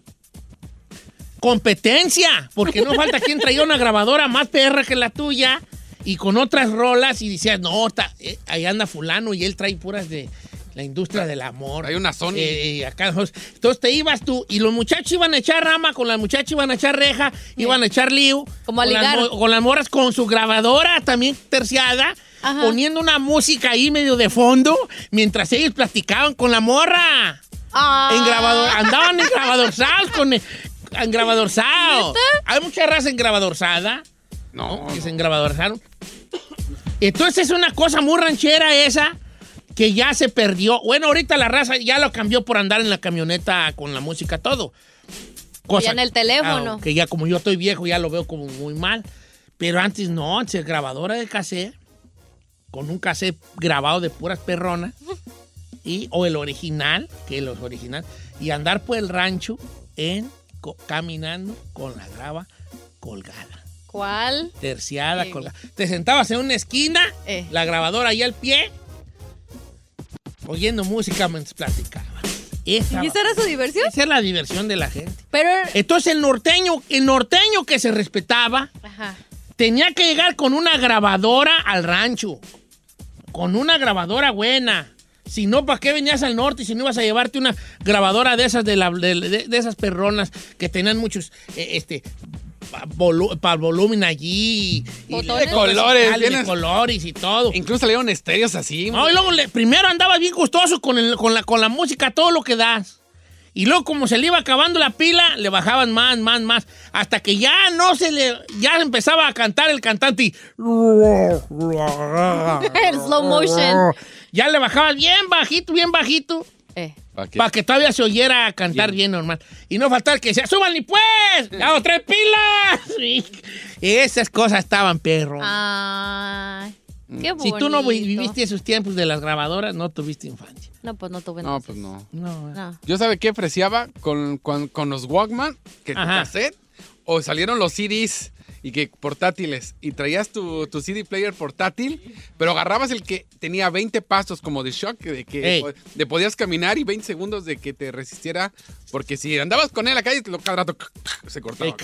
competencia, porque no falta quien traía una grabadora más perra que la tuya y con otras rolas y decías, no, ta- eh, ahí anda fulano y él trae puras de la industria del amor.
Hay una Sony.
Eh, y acá, entonces te ibas tú y los muchachos iban a echar rama, con las muchachas iban a echar reja, iban a echar lío.
Como a
con las
ligar.
mo- con las morras con su grabadora también terciada,
Ajá.
poniendo una música ahí medio de fondo, mientras ellos platicaban con la morra.
Ah.
En grabador, andaban en grabadorzados con el- en grabadorzados. Hay mucha raza engrabadorzada,
No,
que se engrabadorzaron. Entonces es una cosa muy ranchera esa que ya se perdió. Bueno, ahorita la raza ya lo cambió por andar en la camioneta con la música todo.
Ya en el teléfono.
Que ya como yo estoy viejo ya lo veo como muy mal. Pero antes no, antes grabadora de cassette con un cassette grabado de puras perronas y o el original, que los originales y andar por el rancho en co- caminando con la grava colgada
¿Cuál?
terciada,
Sí.
colgada. Te sentabas en una esquina,
Eh.
la grabadora ahí al pie, oyendo música mientras platicabas. Esa,
¿Y esa era su diversión?
esa es la diversión de la gente.
Pero.
Entonces el norteño, el norteño que se respetaba,
Ajá.
tenía que llegar con una grabadora al rancho. Con una grabadora buena. Si no, ¿para qué venías al norte si no ibas a llevarte una grabadora de esas, de la- de- de- de esas perronas que tenían muchos eh, este, pa- volu- pa- volumen allí? y- y
Botones.
de
De
colores,
colores, de
tienes-
colores y todo.
Incluso le dieron estéreos así.
No, y luego le- primero andabas bien gustoso con, el- con la, con la música, todo lo que das. Y luego, como se le iba acabando la pila, le bajaban más, más, más. Hasta que ya no se le. Ya empezaba a cantar el cantante. y-
El slow motion.
Ya le bajabas bien bajito, bien bajito.
Eh.
¿Para qué?
Para que todavía se oyera cantar bien, normal. Y no faltar que decía, ¡súbanle pues! ¡Ya tres pilas! Y esas cosas estaban, perro.
Ay. Qué bonito.
Mm. si tú no vi- viviste esos tiempos de las grabadoras, no tuviste infancia.
No, pues no tuve
No,
nada.
pues no.
No, eh.
No.
Yo sabe qué apreciaba con, con- con los Walkman, que tu
Ajá.
cassette, o salieron los CDs y que portátiles, y traías tu, tu CD player portátil, pero agarrabas el que tenía 20 pasos como de shock, de que
Ey.
de podías caminar y 20 segundos de que te resistiera, porque si andabas con él a la calle, lo cada rato se cortaba.
Ey.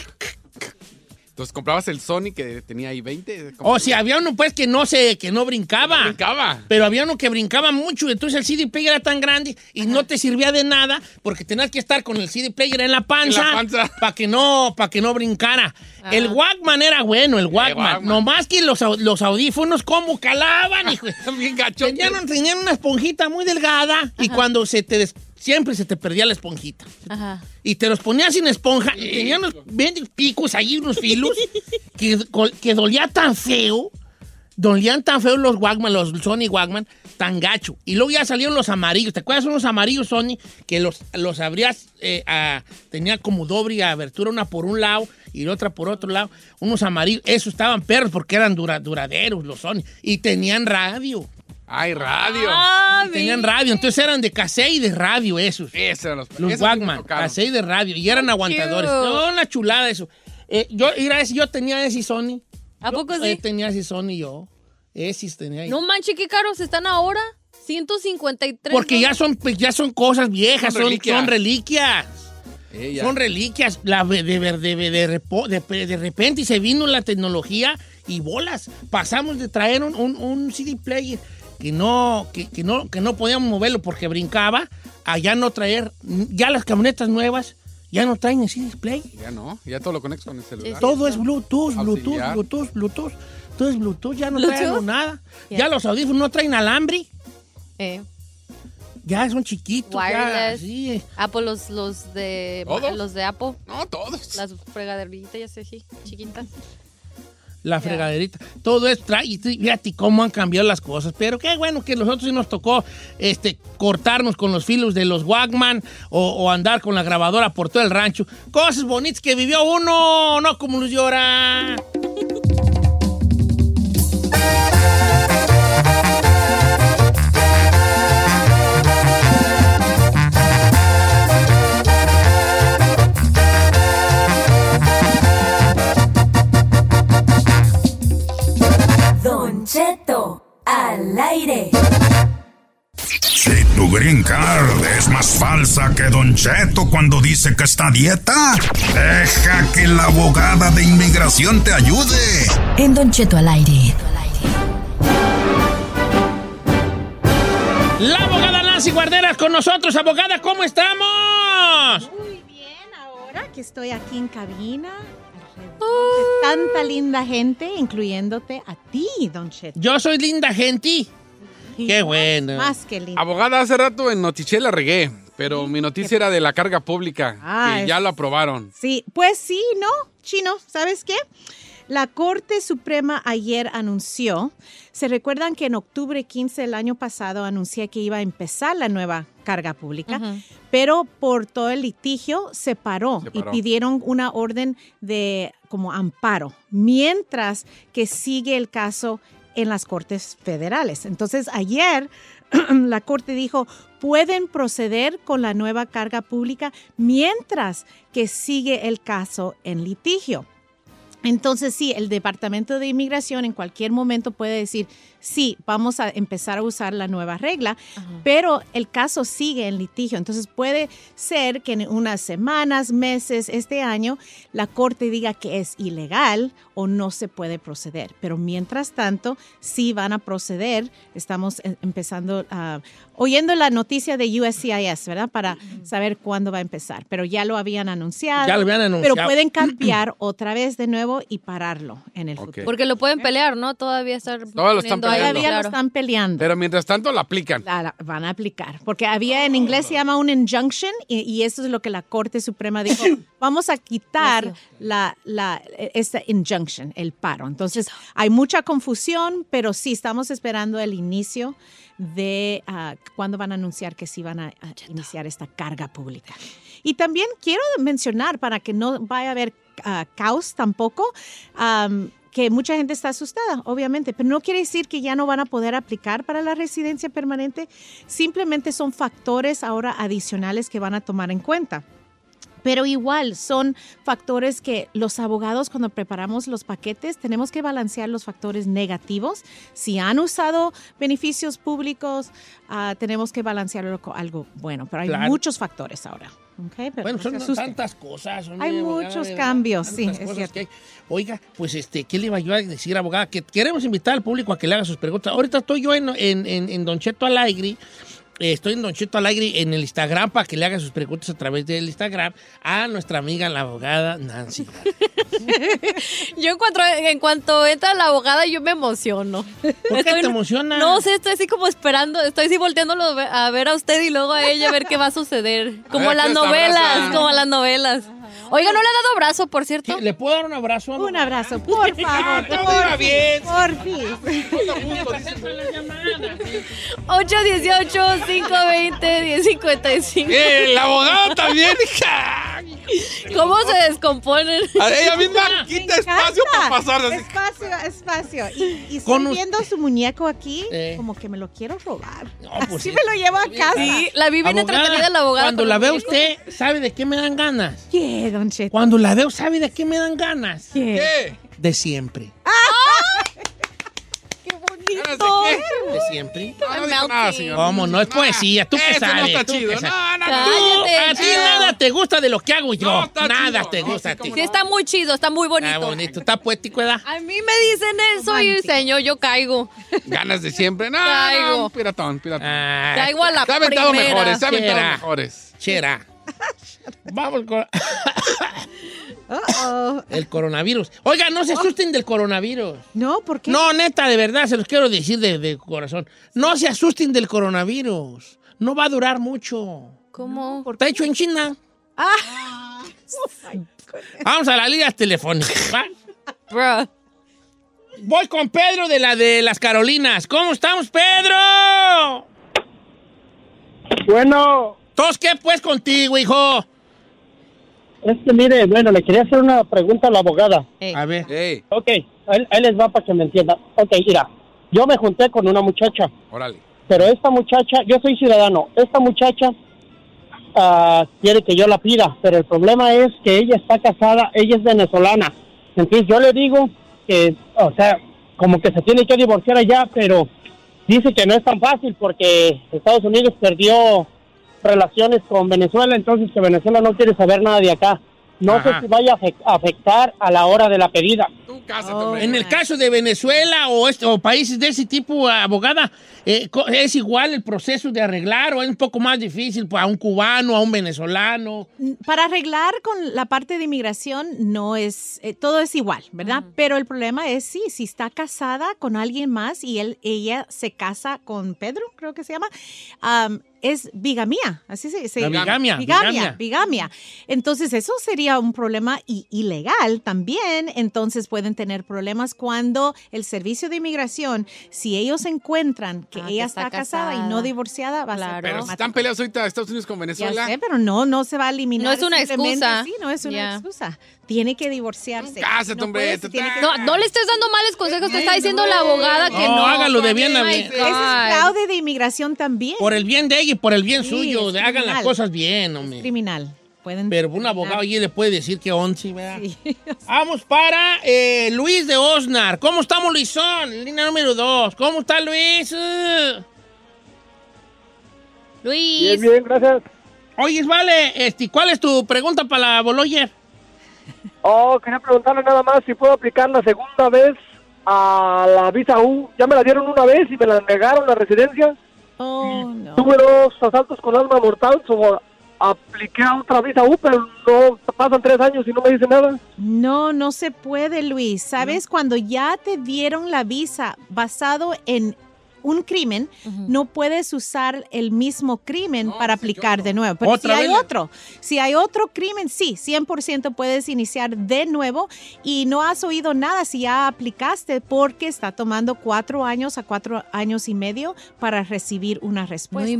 Entonces comprabas el Sony que tenía ahí 20. como
O sea, había uno pues que no se, que no brincaba.
que brincaba.
Pero había uno que brincaba mucho, entonces el CD player era tan grande y no te servía de nada porque tenías que estar con el CD player en la panza,
En la panza.
para que no, para que no brincara. El Walkman era bueno, el Walkman.
Walkman.
Nomás que los, au- los audífonos como calaban, hijo.
Bien gacho.
tenían, tenían una esponjita muy delgada y cuando se te des- siempre se te perdía la esponjita.
Ajá.
Y te los ponías sin esponja y tenían unos 20 picos allí, unos filos, que, col- que dolía tan feo, dolían tan feo los Wagman, los Sony Wagman, tan gacho. Y luego ya salieron los amarillos, ¿te acuerdas? Unos amarillos Sony que los, los abrías, eh, a- tenía como doble abertura, una por un lado y la otra por otro lado. Unos amarillos, esos estaban perros porque eran dura- duraderos los Sony y tenían radio.
Ay, radio.
Ah,
Y Tenían radio, entonces eran de cassette y de radio esos.
Esos eran los
Los
esos sí me
Wagman,
tocaron.
cassette de radio. Y eran aguantadores.
cute.
No, una chulada eso. Eh, yo, mira, ese- yo tenía ese Sony.
¿A poco
Yo,
sí?
eh, tenía ese Sony yo. Esis tenía ahí.
No manches, qué caros están ahora. 153.
Porque ya son, pues, ya son cosas viejas,
Son
son
reliquias.
son reliquias.
Ella.
Son reliquias. La, ve- de, ver- de, ve- de, repo- de, pe- de repente se vino la tecnología y bolas. Pasamos de traer un, un- un CD player que no, que, que no, que no podíamos moverlo porque brincaba a ya no traer. Ya las camionetas nuevas ya no traen el CD player.
Ya no, ya todo lo conectas con el celular.
Todo es Bluetooth, Bluetooth,
Auxiliar.
Bluetooth, Bluetooth. Todo es Bluetooth, ya no
¿Bluetooth?
traen nada.
Ya.
Ya los audífonos no traen alambre,
Eh,
ya son chiquitos. ya,
wireless.
sí.
Apple, los, los de.
¿Todos?
Los de Apple.
No, todos.
Las fregaderitas, ya sé, sí, chiquitas.
La fregaderita. Todo es tra- y tú- Fíjate cómo han cambiado las cosas. Pero qué bueno que nosotros sí nos tocó este, cortarnos con los filos de los Walkman o, o andar con la grabadora por todo el rancho. Cosas bonitas que vivió uno, no como los llora.
Don Cheto al aire.
Si tu green card es más falsa que Don Cheto cuando dice que está a dieta, deja que la abogada de inmigración te ayude.
En Don Cheto al aire.
La abogada Nancy Guarderas con nosotros. Abogada, ¿cómo estamos?
Ahora que estoy aquí en cabina, alrededor de tanta linda gente, incluyéndote a ti, Don Cheto.
Yo soy linda gente.
Qué bueno.
Más que linda.
Abogada, hace rato en Notiche la regué, pero mi noticia era de la carga pública,
Ah,
que
es-
ya lo aprobaron.
Sí, pues sí, ¿no? Chino, ¿sabes qué? La Corte Suprema ayer anunció, se recuerdan que en octubre 15 del año pasado anuncié que iba a empezar la nueva carga pública, pero por todo el litigio se paró,
Se
y
paró.
pidieron una orden de como amparo, mientras que sigue el caso en las cortes federales. Entonces ayer la corte dijo, pueden proceder con la nueva carga pública mientras que sigue el caso en litigio. Entonces, sí, el Departamento de Inmigración en cualquier momento puede decir, sí, vamos a empezar a usar la nueva regla, pero el caso sigue en litigio. Entonces, puede ser que en unas semanas, meses, este año, la Corte diga que es ilegal o no se puede proceder. Pero mientras tanto, sí van a proceder. Estamos eh, empezando, ah, oyendo la noticia de USCIS, ¿verdad? Para saber cuándo va a empezar. Pero ya lo habían anunciado.
Ya lo habían
Pero
anunciado.
pueden cambiar otra vez de nuevo y pararlo en el futuro.
Porque lo pueden pelear, ¿no? Todavía estar
Todavía lo están
poniendo ahí,
peleando.
Todavía
claro.
lo están peleando.
Pero mientras tanto la aplican.
La- la van a aplicar. Porque había en inglés se llama un injunction y, y eso es lo que la Corte Suprema dijo. Vamos a quitar la, la, e, esta injunction, el paro. Entonces hay mucha confusión, pero sí estamos esperando el inicio de ah, cuándo van a anunciar que sí van a, a iniciar esta carga pública. Y también quiero mencionar, para que no vaya a haber ah, caos tampoco, am, que mucha gente está asustada, obviamente, pero no quiere decir que ya no van a poder aplicar para la residencia permanente, simplemente son factores ahora adicionales que van a tomar en cuenta. Pero igual son factores que los abogados cuando preparamos los paquetes tenemos que balancear los factores negativos. Si han usado beneficios públicos, ah, tenemos que balancearlo con algo bueno. Pero hay
Claro.
muchos factores ahora. ¿ok? Pero
Bueno,
no
son
se asusten.
tantas cosas. hombre,
Hay
abogada,
muchos
de verdad,
cambios,
tantas
sí, es
cosas
cierto.
que hay. Oiga, pues este, ¿qué le iba yo a decir, abogada? Que queremos invitar al público a que le haga sus preguntas. Ahorita estoy yo en, en, en, en Don Cheto Alegre. eh, Estoy en Don Cheto Alegre en el Instagram para que le haga sus preguntas a través del Instagram a nuestra amiga la abogada Nancy.
Yo en cuanto, en cuanto entra la abogada, yo me emociono.
¿Por qué te emociona?
No sé, estoy así como esperando, estoy así volteándolo a ver a usted y luego a ella a ver qué va a suceder. Como
ver,
las
¿qué se
novelas,
abrazan?
como las novelas. Oiga, ¿no le ha dado abrazo, por cierto?
¿Le puedo dar un abrazo?
Un abrazo, por favor.
todo
por
iba
fin,
bien.
Por fin.
818-520-1055.
¡Eh, la abogada también,
¿Cómo se descomponen?
A ella misma quita espacio para pasar. así.
Espacio, espacio. Y, y estoy
Con un-
viendo su muñeco aquí,
Eh.
como que me lo quiero robar.
pues sí.
Así me lo llevo a casa.
Sí, la vi bien entretenida la abogada.
Cuando
con
la
los
veo
muñecos.
usted, ¿sabe de qué me dan ganas?
¿Qué, don Cheto?
Cuando la veo, ¿sabe de qué me dan ganas?
¿Qué?
Ah.
De siempre.
¡Ah! bonito.
De siempre.
Ay,
No, ¿Cómo? No es poesía. ¿Tú qué
Eso no
sabes?
está
¿Tú qué
chido.
sabes?
No, no,
Tú,
Cállate,
A ti
chido.
nada te gusta de lo que hago yo. nada te gusta a ti.
Sí, está muy chido, está muy bonito.
Está Ah, bonito. Está poético, ¿verdad?
A mí me dicen eso y, señor, yo caigo.
Ganas de siempre. No,
Caigo.
no, piratón, piratón.
Ah,
Caigo a la
Se ha aventado
primera.
mejores, se ha aventado
Chera.
mejores.
Chera. Vamos con el coronavirus. Oiga, no se asusten del coronavirus.
No, ¿por qué?
Oh. No, neta, de verdad, se los quiero decir de, de corazón. No se asusten del coronavirus. No va a durar mucho.
¿Cómo?
Está hecho en China. Vamos a las líneas telefónicas. ¿va? Voy con Pedro de la de las Carolinas. ¿Cómo estamos, Pedro?
Bueno.
¿Tos qué pues contigo, hijo?
Es que mire, bueno, le quería hacer una pregunta a la abogada.
Eh.
A ver.
Ok, ahí, ahí les va para que me entienda. Ok, mira, yo me junté con una muchacha,
Órale.
pero esta muchacha, yo soy ciudadano, esta muchacha ah, quiere que yo la pida, pero el problema es que ella está casada, ella es venezolana. Entonces yo le digo que, o sea, como que se tiene que divorciar allá, pero dice que no es tan fácil porque Estados Unidos perdió relaciones con Venezuela, entonces que Venezuela no quiere saber nada de acá. No
Ajá.
sé si vaya a afec- afectar a la hora de la pedida.
en el caso de Venezuela o, este- o países de ese tipo, abogada, eh, co- ¿es igual el proceso de arreglar o es un poco más difícil para un cubano, a un venezolano?
Para arreglar con la parte de inmigración no es, eh, todo es igual, ¿verdad? Pero el problema es sí, si está casada con alguien más y él, ella se casa con Pedro, creo que se llama, am, es bigamía, así se dice.
La bigamia, bigamia.
Bigamia, bigamia. Entonces eso sería un problema i- ilegal también, entonces pueden tener problemas cuando el servicio de inmigración, si ellos encuentran que ella
Ah, está
está, casada, y no
casada.
divorciada, va a ser
Pero si
problemático.
están peleados ahorita Estados Unidos con
Ya
Venezuela.
sé, pero no, no se va a eliminar.
No es una
simplemente
excusa.
Sí, no es una
Ya.
excusa. Tiene que divorciarse.
Cásate,
No
hombre,
puede,
te-
se tiene que-
No, no le estés dando males consejos. Te está diciendo la abogada que
No,
no.
hágalo de bien a bien.
Ese es fraude de inmigración también.
Por el bien de ella y por el bien
Sí,
suyo,
es
de- hagan las
criminal.
cosas bien, hombre.
Criminal. Pueden
Pero un abogado allí le puede decir que once, ¿verdad? Vamos para eh, Luis de Osnar. ¿Cómo estamos, Luisón? Línea número dos. ¿Cómo está, Luis? Eh.
Luis.
Bien, bien, gracias. Oye, vale, este, ¿cuál es tu pregunta para la Boloyer?
Oh, quería preguntarle nada más si puedo aplicar la segunda vez a la visa U. Ya me la dieron una vez y me la negaron la residencia.
Oh, no.
Tuve dos asaltos con arma mortal, so, apliqué a otra visa U, pero no pasan tres años y no me dice nada.
No, no se puede, Luis. ¿Sabes? Cuando ya te dieron la visa basado en un crimen, no puedes usar el mismo crimen para aplicar de nuevo. Pero
Otra
si hay
vez.
otro, si hay otro crimen, sí, 100% puedes iniciar de nuevo y no has oído nada si ya aplicaste porque está tomando cuatro años a cuatro años y medio para recibir una respuesta.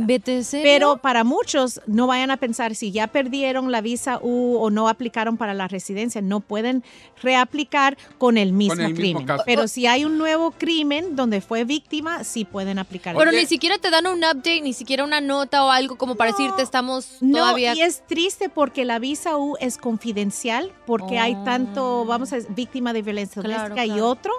Pero para muchos, no vayan a pensar si ya perdieron la visa U o no aplicaron para la residencia, no pueden reaplicar con el mismo
el mismo
crimen.
caso.
Pero si hay un nuevo crimen donde fue víctima, sí pueden aplicar.
Pero ni siquiera te dan un update, ni siquiera una nota o algo como para decirte estamos
No,
todavía.
y es triste porque la visa U es confidencial, porque hay tanto, vamos a decir, víctima de violencia
Oh. Claro,
doméstica y
claro.
otro.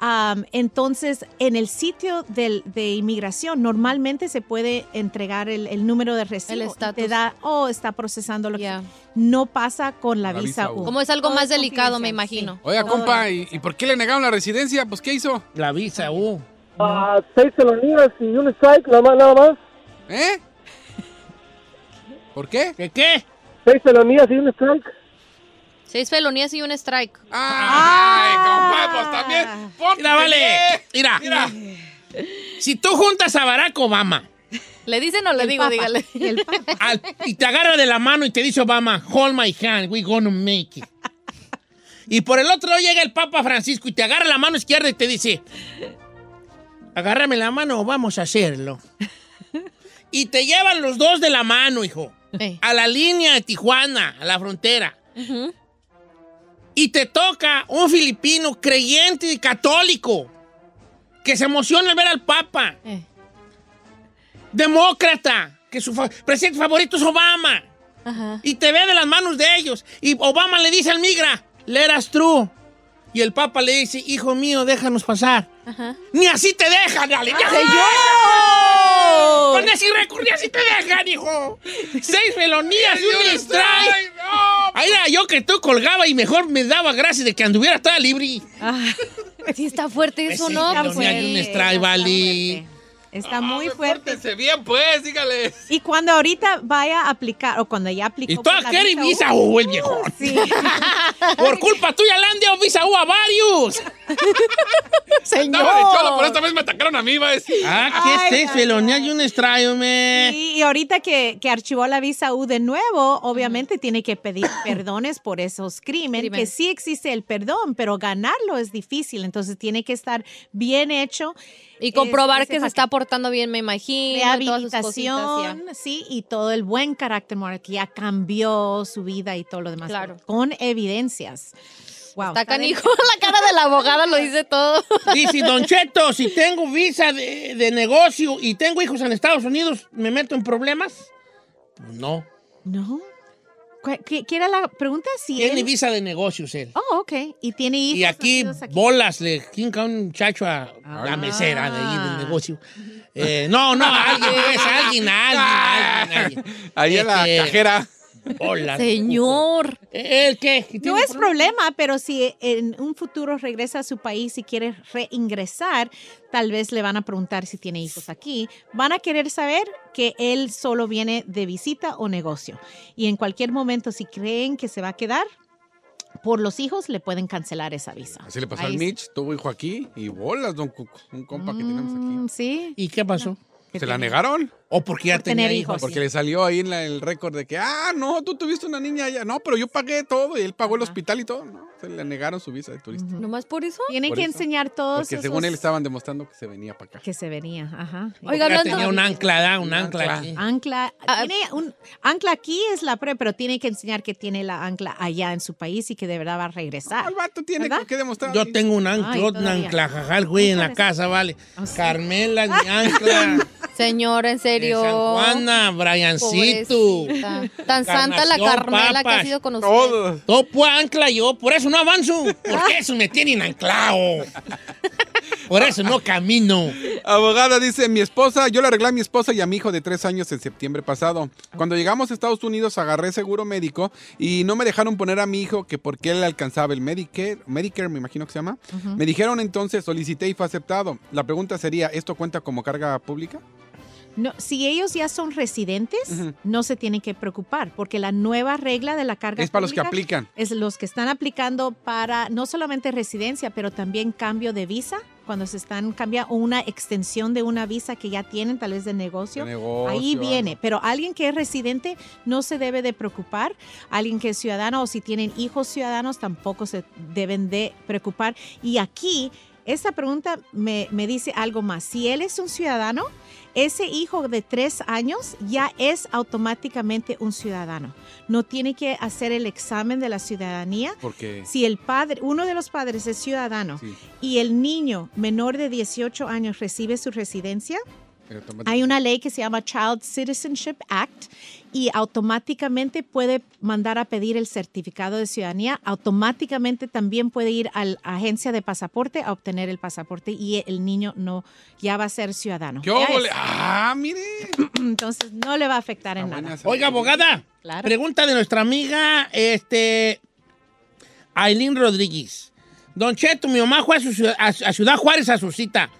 Am, entonces, en el sitio del- de inmigración, normalmente se puede entregar el, el número de recibo.
El
y
estatus.
te da, oh, está procesando lo que... No pasa con la,
La
visa,
visa U.
U.
Como es algo
Todo
más delicado, me
confidencial,
imagino.
Oiga, compa, ¿y, y por qué le negaron la residencia? Pues, ¿qué hizo?
La visa, uh.
Ah, seis felonias y un strike, nada más, nada más.
¿Eh? ¿Por qué?
¿Qué qué?
Seis felonías y un strike.
Seis felonías y un strike.
¡Ay,
Ah.
compa! Pues también. ponte
Mira, vale.
bien.
Mira. Si tú juntas a Barack Obama
¿Le dicen o le digo?
Papa.
Dígale.
El Papa.
al- y te agarra de la mano y te dice Obama, hold my hand, we gonna make it. Y por el otro lado llega el Papa Francisco y te agarra la mano izquierda y te dice, agárrame la mano o vamos a hacerlo. Y te llevan los dos de la mano, hijo,
Ey.
a la línea de Tijuana, a la frontera.
Ujú.
Y te toca un filipino creyente y católico que se emociona al ver al Papa.
Eh.
Demócrata, que su fa- presidente favorito es Obama.
Ajá.
Y te ve de las manos de ellos. Y Obama le dice al migra, le eras true. Y el Papa le dice, hijo mío, déjanos pasar. Ni así te dejan, dale. ¡Ya!
¡Señor!
Con ese récord ni así te dejan, hijo. Seis felonías y un strike. Ahí era yo que tú colgaba y mejor me daba gracias de que anduviera toda libre.
Pues Sí, está fuerte eso, ¿no?
Felonías y un strike, vale.
Está muy fuerte.
bien, pues, dígale.
Y cuando ahorita vaya a aplicar, o cuando ya aplicó.
Y toda
por la
quiere
visa
visa
U,
U, el viejo.
sí.
Por culpa tuya le han dado visa U a varios.
Señor. Estaba de cholo, pero esta vez me atacaron a mí, va a decir.
Ah, ¿qué es eso? Felonías y un strike, hombre.
Sí, y ahorita que, que archivó la visa U de nuevo, obviamente tiene que pedir perdones por esos crímenes, que sí existe el perdón, pero ganarlo es difícil, entonces tiene que estar bien hecho.
Y comprobar que se está portando bien, me imagino. y todas sus cositas, ya.
Rehabilitación, sí, y todo el buen carácter moral que ya cambió su vida y todo lo demás.
Claro.
Con evidencias. Wow,
Está canijo.
denso.
La cara de la abogada lo dice todo.
Dice, Don Cheto, si tengo visa de, de negocio y tengo hijos en Estados Unidos, ¿me meto en problemas? Pues No.
No. ¿Cuál- qué- qué era la pregunta? Si
Tiene
él-
visa de negocios él.
Oh, ok. Y tiene hijos.
Y aquí,
nacidos aquí. Ah.
bolas, le quinca un muchacho a la mesera de ahí del negocio. Eh, no, no, alguien, pues, alguien, Ah. alguien, alguien, alguien.
Ahí en la
Este,
cajera.
Bolas.
Señor.
¿El qué?
No es problema, pero si en un futuro regresa a su país y quiere reingresar, tal vez le van a preguntar si tiene hijos aquí. Van a querer saber que él solo viene de visita o negocio. Y en cualquier momento, si creen que se va a quedar, por los hijos le pueden cancelar esa visa.
Así le pasó
Ahí
al
sí.
Mitch, tuvo hijo aquí y bolas, don Cuco, un compa que tenemos aquí.
Mm, Sí.
¿Y qué pasó?
¿Se la negaron?
¿O porque ya
Por tenía tener hijos. hijos.
Porque le salió ahí en la- el récord de que, ah, no, tú tuviste una niña allá. No, pero yo pagué todo y él pagó el hospital y todo. No, se le negaron su visa de turista.
¿Nomás por eso?
Tienen
Por
que
eso.
enseñar todos
Porque según
esos
él estaban demostrando que se venía para acá.
que se venía. Ajá.
Oiga,
Ya
hablando-
tenía un ancla, ¿da? un
ancla.
ancla aquí.
Ancla, tiene un, ancla aquí es la pre, pero tiene que enseñar que tiene la ancla allá en su país y que de verdad va a regresar.
El vato tiene
¿Verdad?
que demostrar.
Yo tengo un
Ay,
ancla, un
todavía. Ah,
ancla, jajal, güey, en la casa, vale. Carmela, mi ancla.
Señor, en
En
serio.
San Juana, Briancito.
Pobrecita. Tan santa la Carmela que ha sido con usted.
Topo ancla yo, por eso no avanzo. Porque eso me tienen anclao. Por eso no camino.
Abogada dice, mi esposa, yo le arreglé a mi esposa y a mi hijo de tres años en septiembre pasado. Cuando llegamos a Estados Unidos agarré seguro médico y no me dejaron poner a mi hijo que porque él alcanzaba el Medicare, Medicare me imagino que se llama.
Ujú.
Me dijeron entonces, solicité y fue aceptado. La pregunta sería, ¿esto cuenta como carga pública?
No, si ellos ya son residentes,
Ujú.
no se tienen que preocupar, porque la nueva regla de la carga
Es para los que
pública
aplican.
es los que están aplicando para no solamente residencia, pero también cambio de visa. Cuando se están cambiando una extensión de una visa que ya tienen, tal vez de negocio,
De negocio,
ahí
algo.
viene. Pero alguien que es residente no se debe de preocupar. Alguien que es ciudadano o si tienen hijos ciudadanos tampoco se deben de preocupar. Y aquí, esta pregunta me, me dice algo más. Si él es un ciudadano, ese hijo de tres años ya es automáticamente un ciudadano. No tiene que hacer el examen de la ciudadanía.
Porque...
Si el padre, uno de los padres es ciudadano
Sí,
y el niño menor de 18 años recibe su residencia,
automático.
hay una ley que se llama Child Citizenship Act y automáticamente puede mandar a pedir el certificado de ciudadanía, automáticamente también puede ir a la agencia de pasaporte a obtener el pasaporte y el niño no ya va a ser ciudadano.
¿Qué
Ya
óvole?
es.
¡Ah, mire!
Entonces no le va a afectar en
buena
nada.
esa.
Oiga, abogada.
Claro.
Pregunta de nuestra amiga, este. Aileen Rodríguez. Don Cheto, mi mamá fue a, su ciudad, a- a Ciudad Juárez a su cita.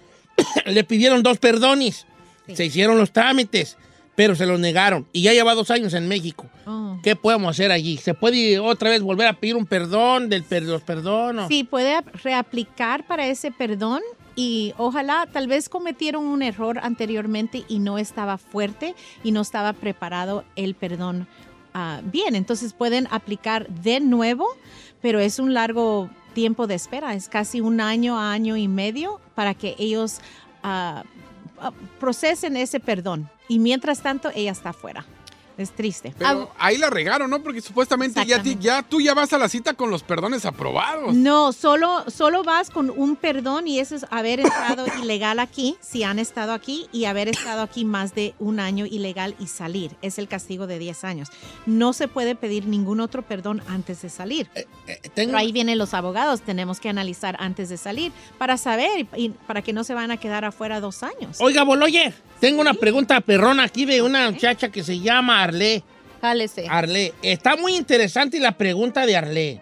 Le pidieron dos perdones. Se hicieron los trámites, pero se los negaron. Y ya lleva dos años en México.
Oh.
¿Qué podemos hacer allí? ¿Se puede otra vez volver a pedir un perdón del per- los perdonos?
Sí, puede ap- reaplicar para ese perdón y ojalá tal vez cometieron un error anteriormente y no estaba fuerte y no estaba preparado el perdón ah, bien. Entonces pueden aplicar de nuevo, pero es un largo tiempo de espera, es casi un año, a año y medio para que ellos ah, ah, procesen ese perdón. Y mientras tanto, ella está afuera. Es triste.
Pero ahí la regaron, ¿no? Porque supuestamente ya, ti- ya tú ya vas a la cita con los perdones aprobados.
No, solo, solo vas con un perdón y eso es haber estado ilegal aquí, si han estado aquí, y haber estado aquí más de un año ilegal y salir. Es el castigo de 10 años. No se puede pedir ningún otro perdón antes de salir. Pero ahí vienen los abogados, tenemos que analizar antes de salir para saber y para que no se van a quedar afuera dos años.
Oiga, Boloyer, tengo una pregunta perrona aquí de una muchacha que se llama Arlé.
Eh.
Jálese.
Arlé, está muy interesante la pregunta de Arlé.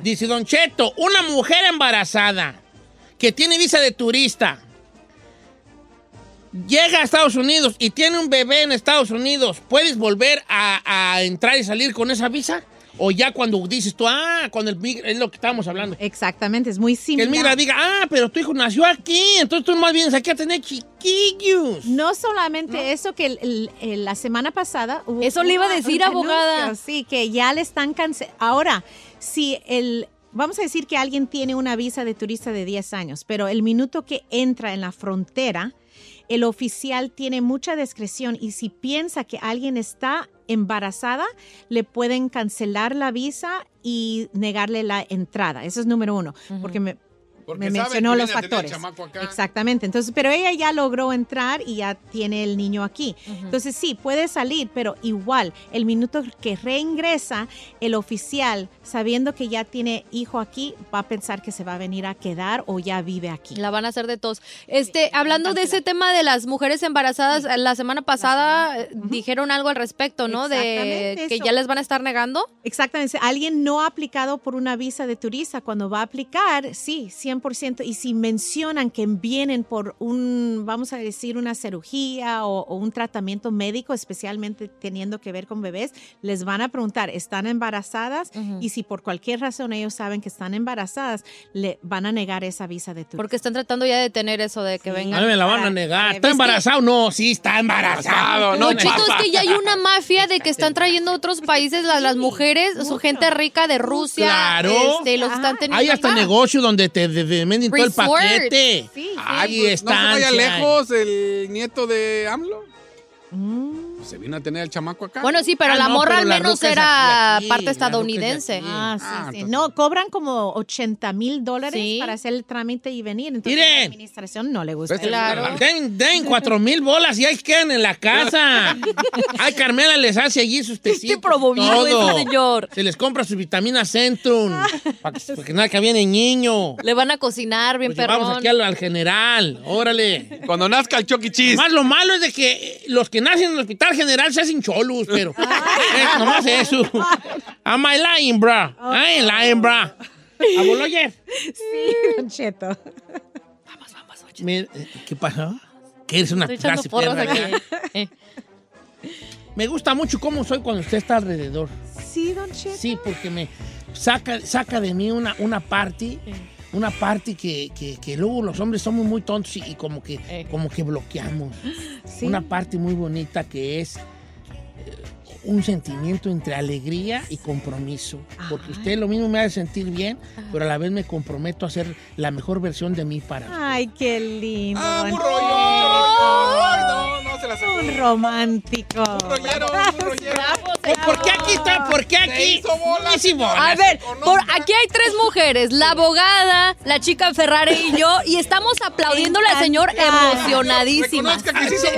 Dice Don Cheto, una mujer embarazada que tiene visa de turista, llega a Estados Unidos y tiene un bebé en Estados Unidos, ¿puedes volver a, a entrar y salir con esa visa? O ya cuando dices tú, ah, cuando el mig- es lo que estábamos hablando.
Exactamente, es muy
Que
similar.
el migra diga, ah, pero tu hijo nació aquí, entonces tú más vienes aquí a tener chiquillos.
No solamente eso, que el- el- el- la semana pasada... hubo-
Eso le iba a
hubo
decir,
un
abogada.
anuncio, Sí, que ya le están cancelando. Ahora, si el... Vamos a decir que alguien tiene una visa de turista de 10 años, pero el minuto que entra en la frontera, el oficial tiene mucha discreción y si piensa que alguien está embarazada, le pueden cancelar la visa y negarle la entrada. Eso es número uno, porque me,
Porque
me
saben
mencionó
que
los
viene a tener
factores.
chamaco acá.
Exactamente. Entonces, pero ella ya logró entrar y ya tiene el niño aquí.
Ujú.
Entonces, sí, puede salir, pero igual, el minuto que reingresa, el oficial, sabiendo que ya tiene hijo aquí, va a pensar que se va a venir a quedar o ya vive aquí.
La van a hacer de tos. Este, hablando de ese tema de las mujeres embarazadas, la semana pasada eh, dijeron algo al respecto, ¿no? De
Exactamente
que
eso.
ya les van a estar negando.
Exactamente. Si Alguien no ha aplicado por una visa de turista. Cuando va a aplicar, sí, 100%. Y si mencionan que vienen por un, vamos a decir, una cirugía o, o un tratamiento médico, especialmente teniendo que ver con bebés, les van a preguntar, ¿están embarazadas? Y si por cualquier razón ellos saben que están embarazadas, le van a negar esa visa de turista.
Porque están tratando ya de detener eso de que vengan.
A mí me la van a negar. ¿Está embarazado? No, sí, está embarazado. No,
Lo chido es que ya hay una mafia de que están trayendo a otros países la- las mujeres, su gente rica de Rusia.
Claro.
Este, los están teniendo.
Hay hasta
acá.
negocio donde te de- de- venden todo el
Resort.
paquete.
Sí,
Ay,
Ay,
pues, no se vaya
estancia.
lejos el nieto de AMLO.
Mm.
Se vino a tener el chamaco acá.
Bueno, sí, pero
Ah,
la
no,
morra
pero
al
la
menos
ruca es
era
aquí, aquí, la
parte
ruca es
estadounidense.
Ah, sí, sí. No, cobran como 80 mil dólares para hacer el trámite y venir. Entonces, la
Miren.
administración no le
Pues,
gusta.
Den, den cuatro mil bolas y ahí quedan en la casa. Ay, Carmela les hace allí sus tecitos. y
promovido
todo.
ese señor.
Se les compra sus vitaminas Centrum. para que, para que nada que viene niño.
Le van a cocinar bien
Pues Vamos
perrón.
aquí al, al general, órale. Cuando nazca el choquichis. Más lo malo es de que eh, los que nacen en el hospital general se hacen cholos, pero es nomás eso. Am I lying, bra? I ain't lying, bra. Abuelo, oye,
Sí, Don Cheto.
me- eh, ¿qué pasó? Que eres una
Estoy echando
clase
porras
perra,
aquí, Eh.
¿verdad? Me gusta mucho cómo soy cuando usted está alrededor.
Sí, Don Cheto.
Sí, porque me saca, saca de mí una, una parte, una parte que, que- que luego los hombres somos muy tontos y, y como, que,
Eh.
como que bloqueamos.
Sí.
Una parte muy bonita que es eh, un sentimiento entre alegría y compromiso. Porque usted lo mismo me hace sentir bien, pero a la vez me comprometo a ser la mejor versión de mí para
Ay, qué lindo. Don
Ah, rollo,
Cheto.
Ay, no, no, se la sacó.
Un romántico. Un
rollero, un rollero.
¿Por qué aquí está? ¿Por qué aquí? Sí, sí, bolas.
A Ah. ver, por aquí hay tres mujeres, la abogada, la chica Ferrari y yo, y estamos aplaudiéndole al señor emocionadísima.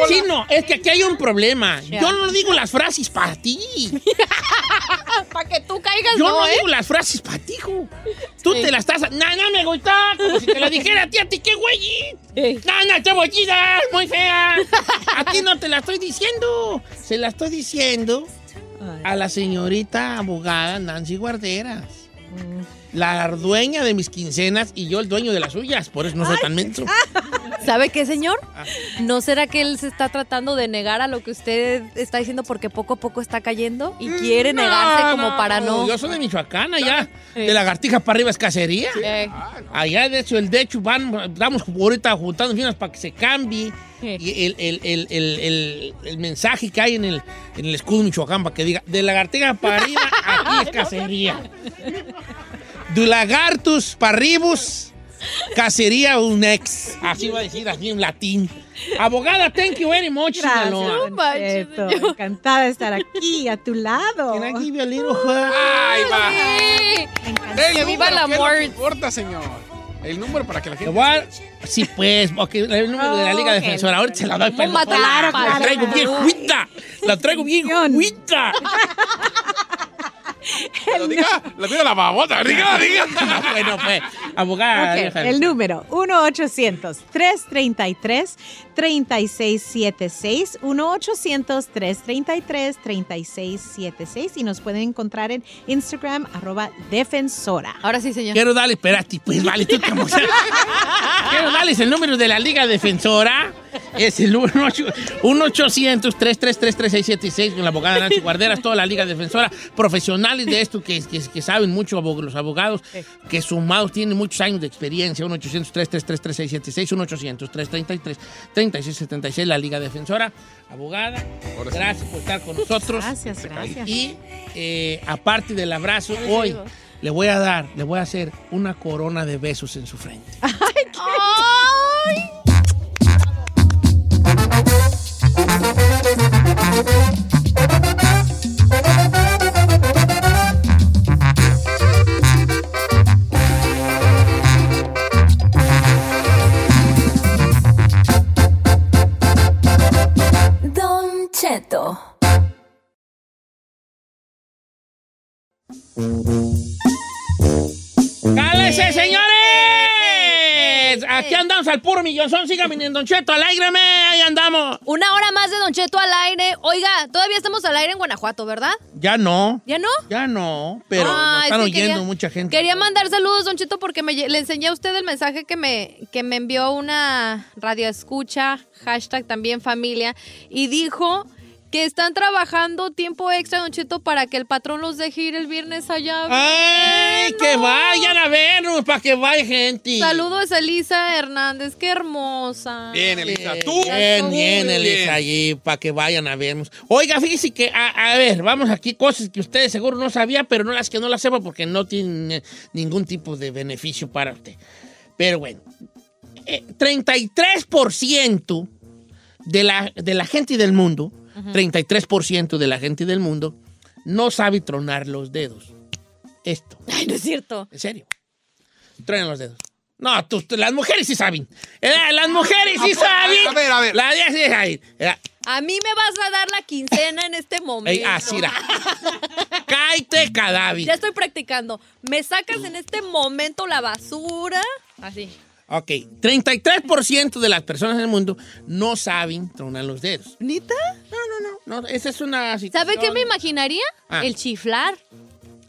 Sí, no, es que aquí hay un problema. Yo no digo las frases para ti.
Para que tú caigas,
Yo
no,
no
¿eh?
digo las frases para ti, hijo. Tú te las estás... No, no me gusta. Como si te la dijera a ti, a ti, qué güey. No, no, cebollitas, muy fea. A ti no te la estoy diciendo. Se la estoy diciendo a la señorita abogada Nancy Guarderas.
Mm.
La dueña de mis quincenas y yo el dueño de las suyas. Por eso no soy tan menso.
ah, ¿Sabe qué, señor? ¿No será que él se está tratando de negar a lo que usted está diciendo porque poco a poco está cayendo y quiere
No,
negarse como para Mm, no?
Yo soy de Michoacán, allá. De lagartija para arriba es cacería. Ah,
Eh,
Allá, de hecho, el de hecho, van, vamos ahorita juntando finas para que se cambie y el, el- el- el- el- el mensaje que hay en el, en el escudo de Michoacán para que diga, de lagartija para arriba, aquí es cacería. De lagartus para arribus, Cacería un ex. Así va a decir así en latín. Abogada, thank you very much,
Gracias,
Sinaloa.
Don Cheto. Encantada de estar aquí, a tu lado.
¡Ay, va! Dé el
Que
número, ¿qué es
viva el
lo
amor.
que importa, señor? El número para que la gente...
Igual, sí, pues, ok, el número
Ah,
de la Liga
Ok.
Defensora. Ahorita se la doy para el
Vamos a
doctor.
matar a
La
Palma.
traigo bien juita. La traigo bien juita.
Lo diga, lo diga la babota, diga, diga.
bueno, pues, abogada.
Ok,
déjale.
el número 1-800-333-3676, 1-800-333-3676 y nos pueden encontrar en Instagram arroba defensora.
Ahora sí, señor.
Quiero darle, espérate, pues, vale, tú como sea. Quiero darles el número de la Liga Defensora. Es el 1-800-333-3676 con la abogada Nancy Guarderas, toda la Liga Defensora. Profesionales de esto que, que- que saben mucho, abog- los abogados, que sumados tienen muchos años de experiencia. 1-800-333-3676, 1-800-333-3676, la Liga Defensora. Abogada,
sí.
gracias por estar con nosotros.
Gracias, gracias.
Y eh, aparte del abrazo, hoy le voy a dar, le voy a hacer una corona de besos en su frente.
Don Cheto.
¡Cálese,
Eh,
señores! Aquí andamos al puro millón. Síganme en Don Cheto, alágreme, ahí andamos.
Una hora más de Don Cheto al aire. Oiga, todavía estamos al aire en Guanajuato, ¿verdad?
Ya no,
¿Ya no?
ya no, pero nos
Ah,
están
es que
oyendo
quería-
mucha gente.
Quería mandar saludos, Don Cheto, porque me lle- le enseñé a usted el mensaje que me, que me envió una radioescucha, hashtag también familia, y dijo que están trabajando tiempo extra, Don Cheto, para que el patrón los deje ir el viernes allá.
¡Ay, que vayan a vernos para que vaya gente!
Saludos a Elisa Hernández, qué hermosa.
Bien, Elisa,
tú.
Bien, bien,
Bien.
Elisa, allí, para que vayan a vernos. Oiga, fíjese que, a, a ver, vamos aquí, cosas que ustedes seguro no sabían, pero no las que no las sepan porque no tienen eh, ningún tipo de beneficio para usted. Pero bueno, eh, 33% de la, de la gente del mundo, 33% de la gente del mundo, no sabe tronar los dedos. Esto.
Ay, no es cierto.
En serio. Truenan los dedos. No, tú- tú- las mujeres sí saben. Eh, las mujeres sí
¿A poco?
saben.
A ver, a ver.
Las sí saben. Eh,
A mí me vas a dar la quincena en este momento.
Ey, así era. Cállate, cadáver.
Ya estoy practicando. Me sacas en este momento la basura. Así.
Ok, 33% de las personas en el mundo no saben tronar los dedos.
¿Nita?
No, no, no. no esa es una situación.
¿Sabe qué me imaginaría?
Ah.
El chiflar.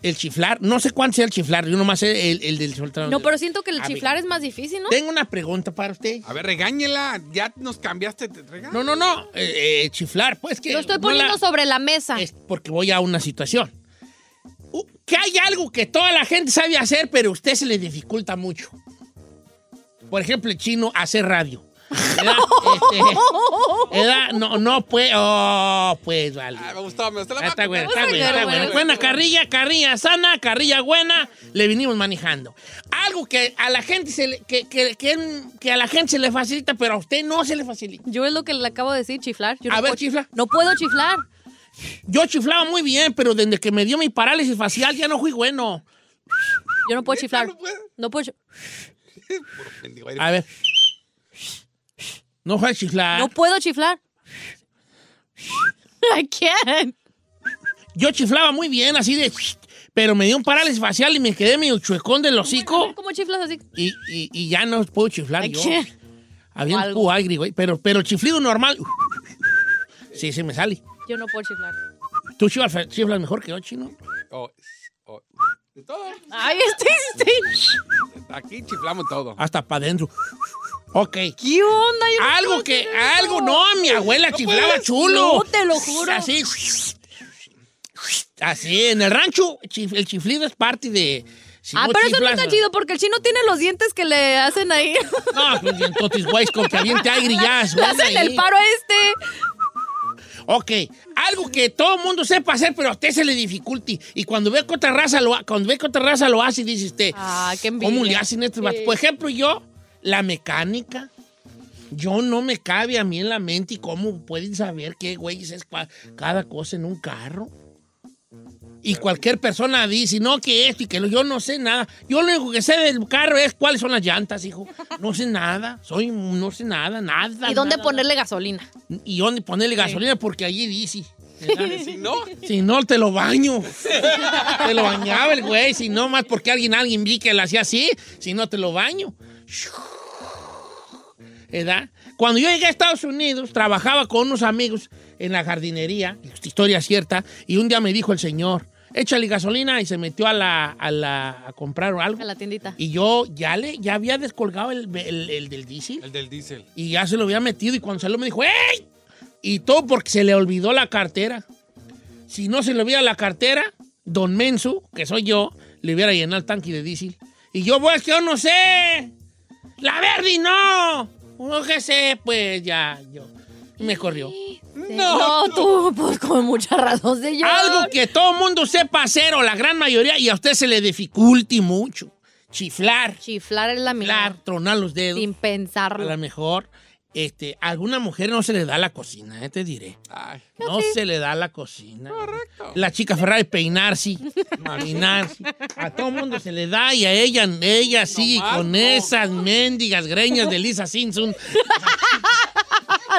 El chiflar, no sé cuánto sea el chiflar, yo nomás sé el, el del Ah, soltado.
No, pero siento que el
A ver.
chiflar es más difícil, ¿no?
Tengo una pregunta para usted.
A ver, regáñela. Ya nos cambiaste, te regaño.
No, no, no. eh, eh, chiflar, pues que.
Lo estoy
no la-
poniendo sobre la mesa.
porque voy a una situación. Uh, Que hay algo que toda la gente sabe hacer, pero a usted se le dificulta mucho. Por ejemplo, el chino hacer radio. ¿Verdad? Este, ¿verdad? No, no, pues. Oh, pues vale.
Me gustó, me gustó la
Ah, está buena, está
Vamos a
buena,
ver,
está
bueno,
buena.
bueno.
Buena carrilla, carrilla sana, carrilla buena, le vinimos manejando. Algo que a la gente se le- que, que- que- que a la gente se le facilita, pero a usted no se le facilita.
Yo es lo que le acabo de decir, chiflar. Yo
A
no
ver,
puedo-
chifla.
No puedo chiflar.
Yo chiflaba muy bien, pero desde que me dio mi parálisis facial ya no fui bueno.
Yo no puedo chiflar. No puedo chi-
A ver. No fue a chiflar.
No puedo chiflar. I can't.
Yo chiflaba muy bien, así de. Pero me dio un parálisis facial y me quedé medio chuecón del hocico.
¿Cómo chiflas así?
Y, y- y ya no puedo chiflar
I
yo.
can't.
Había un
Algo.
cubo agri, güey. Pero, pero chiflido normal. Sí, sí me sale.
Yo no puedo chiflar.
Tú chiflas, chiflas mejor que yo, chino.
Oh, oh. De todo.
Ay, este, este.
Aquí chiflamos todo.
Hasta para adentro. Ok.
¿Qué onda? Yo no
Algo
puedo
que,
hacer eso.
algo, no, mi abuela
No
chiflaba
puedes.
chulo.
No, te lo juro.
Así. Así, en el rancho, chif- el chiflido es parte de. si
ah,
no
pero eso no
chiflas-
está chido porque el chino tiene los dientes que le hacen ahí.
No, pues bien, totis guays, con que aviente aire y ya.
le
suena
hacen
ahí.
el paro a este.
Ok, algo que todo el mundo sepa hacer, pero a usted se le dificulta. Y cuando ve que otra raza lo, ha- cuando ve que otra raza lo hace, dice usted, ¿cómo le hacen estos vatos? Por ejemplo, yo, la mecánica, yo no me cabe a mí en la mente y cómo pueden saber qué güeyes es cua- cada cosa en un carro. Y cualquier persona dice, no, que esto y que lo, yo no sé nada. Yo lo único que sé del carro es cuáles son las llantas, hijo. No sé nada, soy, no sé nada, nada.
¿Y dónde
nada,
ponerle gasolina?
y dónde ponerle gasolina porque allí dice.
Si
no. Si no, te lo baño. te lo bañaba el güey. Si no, más porque alguien, alguien vi que lo hacía así. Si no, te lo baño. ¿Verdad? Cuando yo llegué a Estados Unidos, trabajaba con unos amigos en la jardinería, esta historia es cierta, y un día me dijo el señor, échale gasolina y se metió a la, a la- a comprar algo.
A la tiendita.
Y yo ya le, ya había descolgado el, el- el del diésel.
El del diésel.
Y ya se lo había metido y cuando salió me dijo, ¡Ey! Y todo porque se le olvidó la cartera. Si no se le olvida la cartera, don Mensu, que soy yo, le hubiera llenado el tanque de diésel. Y yo, pues, que yo no sé. La Verdi, no. No que sé, pues ya, yo. Y me corrió.
No, tú, pues con mucha razón, señor.
Algo que todo mundo sepa hacer, o la gran mayoría, y a usted se le dificulte mucho. Chiflar.
Chiflar es la
Chiflar, tronar los dedos.
Sin pensarlo.
A lo mejor, este, a alguna mujer no se le da la cocina, eh, te diré. no se le da la cocina. Correcto. La chica Ferrari peinarse, caminarse. A todo mundo se le da y a ella, ella sigue con esas mendigas greñas de Lisa Simpson.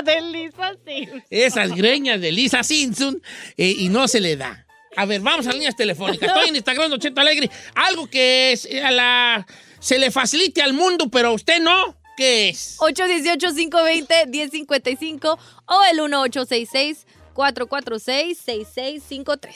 Delisa, sí.
Esas greñas de Lisa Simpson eh, y no se le da. A ver, vamos a líneas telefónicas. Estoy en Instagram de Cheto Alegre. Algo que es, eh, a la, se le facilite al mundo, pero a usted no. ¿Qué es?
818-520-1055 o el 1866-446-6653.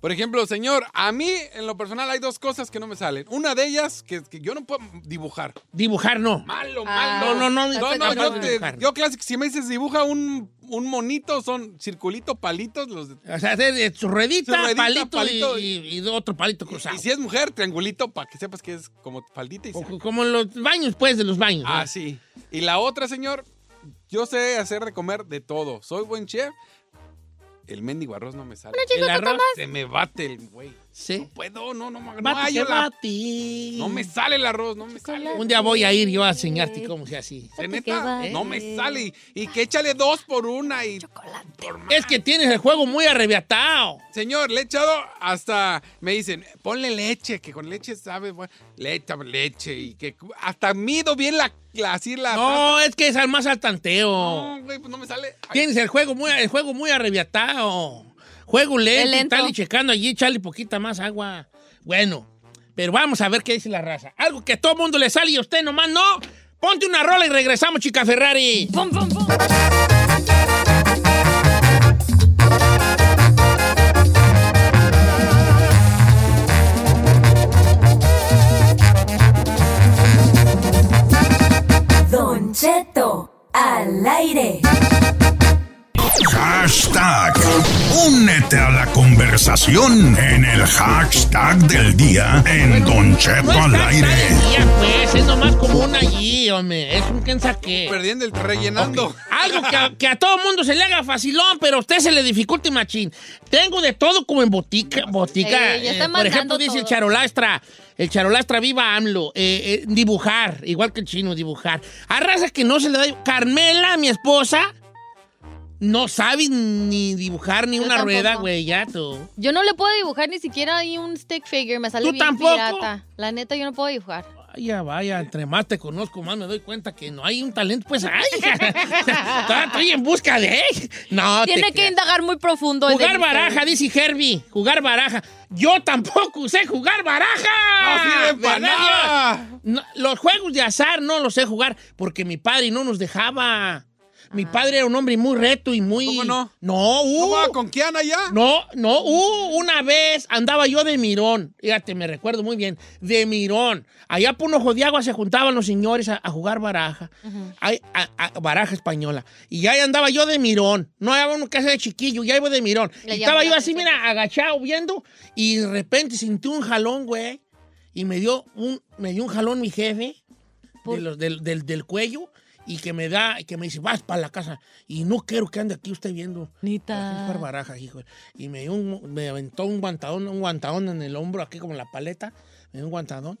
Por ejemplo, señor, a mí en lo personal hay dos cosas que no me salen. Una de ellas que, que yo no puedo dibujar.
Dibujar no.
Malo, malo.
Ah, No, no, no, no soy capaz
yo,
de
te-
dibujar.
yo clásico, si me dices dibuja un, un monito, son circulito, palitos, los de-
O sea, hacer eh, su ruedita,
Su ruedita,
palito,
palito
y, y- y otro palito cruzado.
Y si es mujer, triangulito, para que sepas que es como faldita y
Como- Como en los baños, pues, de los baños.
Ah, sí. Y la otra, señor, yo sé hacer de comer de todo. Soy buen chef. El mendigo arroz no me sale.
Bueno, chico,
el
¿tú
arroz
tomas?
se me bate el güey.
Sí.
No puedo, no, no, no.
Bate,
hallo
se
la-
bate.
no me sale el arroz, no me sale.
Un día voy a ir yo a enseñarte cómo se ¿Eh? hace.
De neta, no me sale. Y, y que échale dos por una y...
Es que tienes el juego muy arrebatado.
Señor, le he echado hasta... Me dicen, ponle leche, que con leche sabe... Bueno, leche, leche y que... Hasta mido bien la... la así la...
No, es que es al más al tanteo.
No, güey, pues no me sale.
Tienes el juego muy, el juego muy arrebatado. Juego lento, y
lento.
tal, y checando allí, echarle poquita más agua. Bueno, pero vamos a ver qué dice la raza. Algo que a todo mundo le sale y a usted nomás no. Ponte una rola y regresamos, chica Ferrari.
Don Cheto al aire.
Hashtag. Únete a la conversación en el hashtag del día en Don Cheto al aire.
Ya, pues, es nomás como una allí, hombre. Es un quien saqué.
Perdiendo el rellenando.
Algo que a, que a todo mundo se le haga facilón, pero a usted se le dificulta y machín. Tengo de todo como en botica. botica. Eh,
Sí, Eh, ya está
por ejemplo,
mandando
dice el
todo.
charolastra. El charolastra viva AMLO. Eh, eh, dibujar, igual que el chino, dibujar. A raza que no se le da. Carmela, mi esposa, no sabe ni dibujar ni
Yo
una
tampoco.
rueda, güey, ya tú.
Yo no le puedo dibujar ni siquiera ahí un stick figure, me sale
¿Tú
bien
tampoco?
pirata. La neta, yo no puedo dibujar.
Vaya, vaya, entre más te conozco, más me doy cuenta que no hay un talento, pues, ay, todavía estoy en busca de No, te
Tiene que
creas.
indagar muy profundo. el
Jugar
del misterio.
baraja, dice Herbie. Jugar baraja. Yo tampoco sé jugar baraja.
No sirven pa'
¿Verdad,
nada.
Dios? No, los juegos de azar no los sé jugar porque mi padre no nos dejaba. Mi padre era un hombre muy reto y muy. ¿Cómo no? No, uh.
con Kiana ya?
No, no, uh, una vez andaba yo de Mirón. Fíjate, me recuerdo muy bien. De Mirón. Allá por un ojo de agua se juntaban los señores a- a jugar baraja. Ay, a- a- baraja española. Y ahí andaba yo de mirón. No había uno que hacer de chiquillo, ya iba de mirón.
Le
Y estaba
llamó
yo
la
así, mira, agachado viendo. Y de repente sentí un jalón, güey. Y me dio un, me dio un jalón mi jefe de los- del, del- del cuello. y que me da, que me dice, vas para la casa. Y no quiero que ande aquí usted viendo. Nita. baraja, hijo. Y me, dio un- me aventó un guantadón, un guantadón en el hombro, aquí como en la paleta. Me dio un guantadón.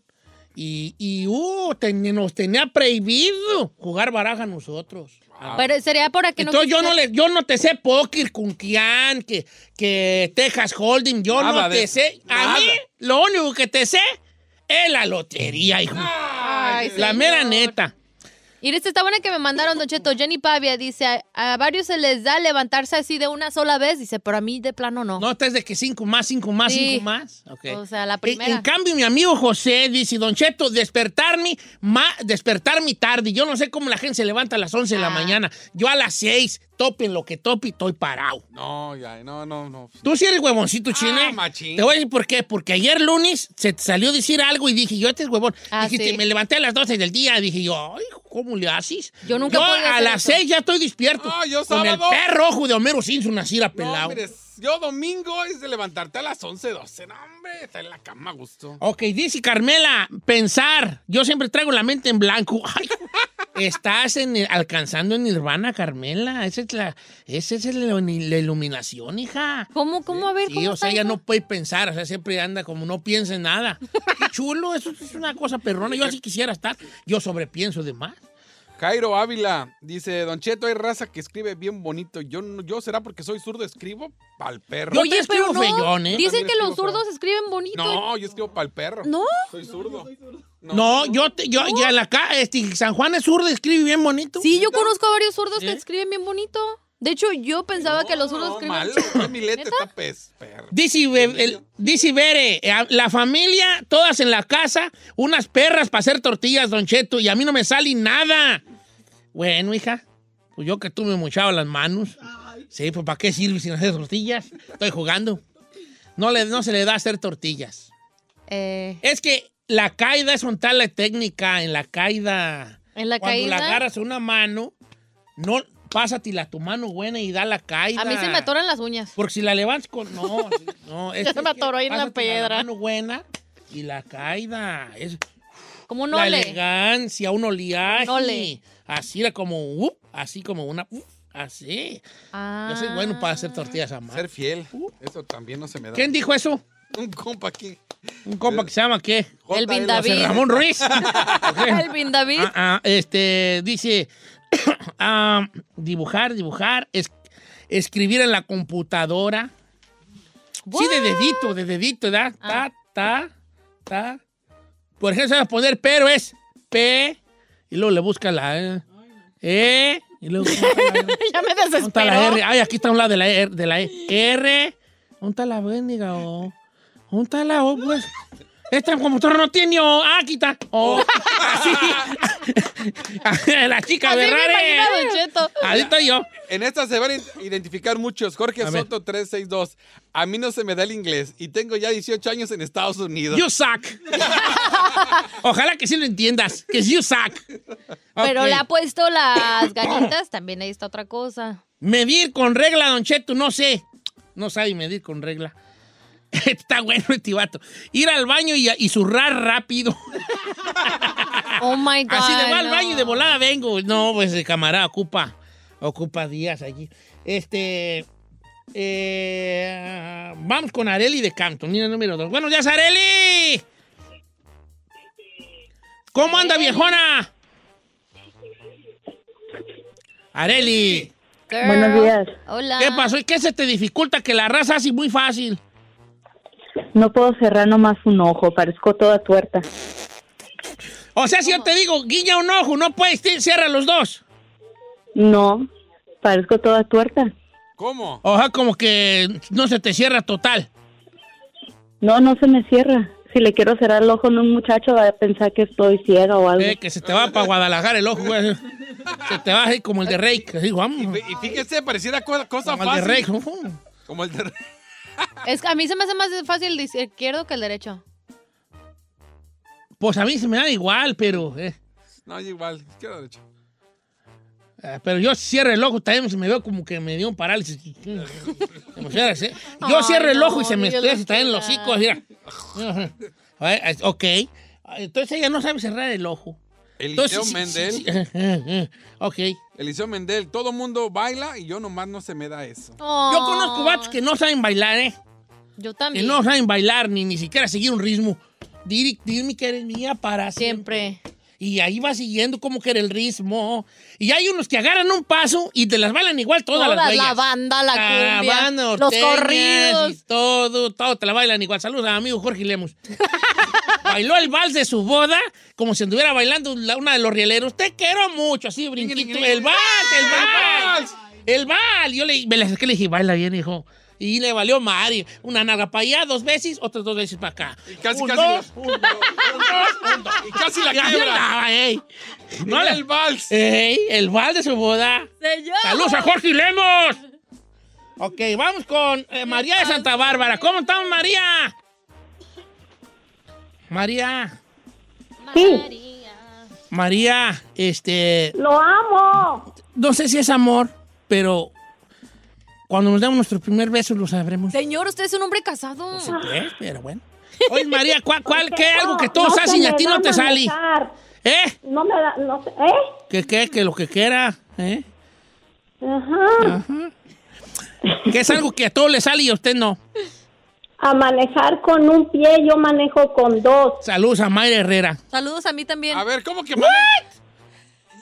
Y, y uh, ten- nos tenía prohibido jugar baraja a nosotros.
Pero sería para que
Entonces
no
yo no le, yo no te sé póker, Kunkian, que, que Texas Holding, yo
Nada
no
de
te
eso.
sé.
Nada.
A mí lo único que te sé es la lotería, hijo.
Ah,
la mera neta.
Y esta está buena que me mandaron, Don Cheto. Jenny Pavia dice, a, a varios se les da levantarse así de una sola vez. Dice, pero a mí de plano no.
No, esta es de que cinco más, cinco más,
Sí.
cinco más. Ok.
O sea, la
Eh, En- En
primera.
cambio, mi amigo José dice, Don Cheto, despertarme, ma, despertarme tarde. Yo no sé cómo la gente se levanta a las 11 de
Ah.
la mañana. Yo a las 6, tope lo que tope, y estoy parado.
No, ya, no, no, no. Ah,
Tú sí eres huevoncito,
Ah,
chile. Te voy a decir por qué. Porque ayer lunes se te salió decir algo y dije, yo este es huevón.
Ah,
Dijiste, me levanté a las 12 del día. Dije yo, ay, ¿cómo le haces?
Yo nunca podía
a
hacer
las
eso. Ah,
6 ya estoy despierto. con el
sábado.
perro rojo de Homero Simpson así la pelado.
No, mire, yo domingo es de levantarte a las 11, 12. No, hombre, está en la cama a gusto.
Ok, dice Carmela, pensar. Yo siempre traigo la mente en blanco. Ay, estás en- alcanzando en Nirvana, Carmela. Esa es la, esa es la, la iluminación, hija.
¿Cómo, cómo? A ver,
Sí,
¿cómo
o sea,
está,
ella
hijo?
no puede pensar, o sea, siempre anda como no piensa en nada. Qué chulo, eso es una cosa perrona. Yo así quisiera estar. Yo sobrepienso de más.
Cairo Ávila dice, Don Cheto, hay raza que escribe bien bonito. Yo, no- yo será porque soy zurdo, escribo pa'l perro.
Yo Oye, ya escribo pero no. feyón, ¿eh?
Yo
Dicen
también
que los
escribo
zurdos escriben
feo.
bonito.
No, yo escribo pa'l perro.
¿No?
Soy zurdo.
No, yo, te- yo ya la ca- este, San Juan es zurdo, escribe bien bonito.
Sí, yo conozco a varios zurdos que escriben bien bonito. De hecho, yo pensaba que los zurdos escriben...
malo, mi letra está pez, perro.
Dice, Be- el- dice Bere, eh, a- la familia, todas en la casa, unas perras para hacer tortillas, Don Cheto, y a mí no me sale nada. Bueno, hija, pues yo que tú me mochaba las manos. Sí, pues ¿para qué sirve sin hacer tortillas? Estoy jugando. No, le, no se le da hacer tortillas.
Eh,
Es que la caída es un tal la técnica en la caída.
en la
Cuando
caída...
la agarras una mano, no pásatela tu mano buena y da la caída.
a mí se me atoran las uñas.
Porque si la levantas con. No, no.
Ya se me atoró ahí en la
pásatela
piedra.
mano buena y la caída. Es
Como no
la
le...
elegancia, un oleaje.
Un ole.
Así era como. uh, así como una. uh, así. Yo soy
Ah.
bueno para hacer tortillas a mano.
Ser fiel. Eso también no se me da. Eh,
¿Quién dijo eso?
Un compa aquí.
Un compa que se llama ¿qué?
El Bin
José
David.
Ramón Ruiz.
El Bin David.
Ah, ah, este, dice, ah, dibujar, dibujar, es- escribir en la computadora. Sí, de dedito, de dedito, ¿verdad?
Ah.
Ta, ta, ta. Por ejemplo, se va a poner pero es P, y luego le busca la E, E, y luego...
ya me
¿Dónde está e. la R?
desespero.
Ay, aquí está un lado de la R. De la e. R. ¿Dónde está la bendiga? O? ¿Dónde está la O? Pues? Esta computadora no tiene O. Ah, aquí está. O. Así. la chica
Así me imagino a
Berrare.
Don Cheto.
Ahí estoy yo.
En esta se van a identificar muchos. Jorge
A ver.
Soto 362. A mí no se me da el inglés y tengo ya 18 años en Estados Unidos.
You suck. Ojalá que sí lo entiendas. Que es you suck.
Pero
Ok.
le ha puesto las galletas, también ahí está otra cosa.
Medir con regla, Don Cheto, no sé. No sabe medir con regla. Está bueno este vato. Ir al baño y, y zurrar rápido.
Oh my God.
Así de va al
no.
baño y de volada vengo. No, pues el camarada ocupa, ocupa días allí. Este. eh, vamos con Areli de Campton, mira número dos. Buenos días, Areli. ¿Cómo anda, viejona? Areli,
Girl.
Buenos días.
Hola.
¿qué pasó? ¿Y qué se te dificulta que la raza así muy fácil?
No puedo cerrar nomás un ojo, parezco toda tuerta.
O sea, si yo te digo, guiña un ojo, no puedes, te- cierra los dos.
No, parezco toda tuerta.
¿Cómo?
Ojalá como que no se te cierra total.
No, no se me cierra. Si le quiero cerrar el ojo a un muchacho, va a pensar que estoy ciega o algo.
Eh, que se te va para Guadalajara el ojo, güey. Se te va así como el de Rey. que así, vamos.
Y fíjese, pareciera cosa, cosa
Como el de
fácil.
Rey.
Como el de Rey.
Es que a mí se me hace más fácil el izquierdo que el derecho.
Pues a mí se me da igual, pero. eh,
No, yo igual. Izquierda, derecha.
eh, pero yo cierro el ojo también, se me veo como que me dio un parálisis. Se me cierra, ¿sí? Yo
Ay,
cierro el
no,
ojo y se me
Dios
estresa
lo
y también
quiera.
los hocico, mira. A ver, Ok. Entonces ella no sabe cerrar el ojo.
Eliseo
Entonces, sí,
Mendel.
sí, sí. ok.
Eliseo Mendel, todo mundo baila y yo nomás no se me da eso.
Yo conozco vatos que no saben bailar, ¿eh?
Oh. Yo
Que
también.
no saben bailar ni ni siquiera seguir un ritmo. Diri- Dime que eres mía para siempre. Y ahí va siguiendo como que era el ritmo. Y hay unos que agarran un paso y te las bailan igual todas,
Todas,
las huellas.
la banda, la cumbia,
banda,
los
norteñas
corridos.
y todo, todo te la bailan igual. Saludos a mi amigo Jorge Lemos. Bailó el vals de su boda como si anduviera bailando la- una de los rieleros. Te quiero mucho, así brinquito. El vals, el vals. El vals. Yo le, me le acerqué y le dije, baila bien, hijo. Y le valió Mari. Una naga para allá dos veces, otras dos veces para acá.
casi,
Un,
casi
dos,
la-
un, dos, un, dos, un, dos. Y
casi la
así
quiebra.
andaba, ey. No
Era
le-
el vals.
Ey, el vals de su boda.
Señor.
¡Saludos a Jorge Lemos! Ok, vamos con eh, María de Santa Bárbara. ¿Cómo estamos, María? María,
Sí.
María, este...
¡Lo amo!
No sé si es amor, pero cuando nos demos nuestro primer beso lo sabremos.
Señor, usted es un hombre casado.
¿Eh? Pero bueno. Oye, María, ¿cuál, cuál qué algo que
No
todos
se
hacen y a
me
ti
va
no te sale?
manejar.
¿Eh?
No me da, no sé, ¿eh?
¿Qué, qué? Que lo que quiera, ¿eh?
Ajá.
Que es algo que a todos les sale y a usted no.
A manejar con un pie, yo manejo con dos.
Saludos a Mayra Herrera.
Saludos a mí también. A
ver, ¿cómo que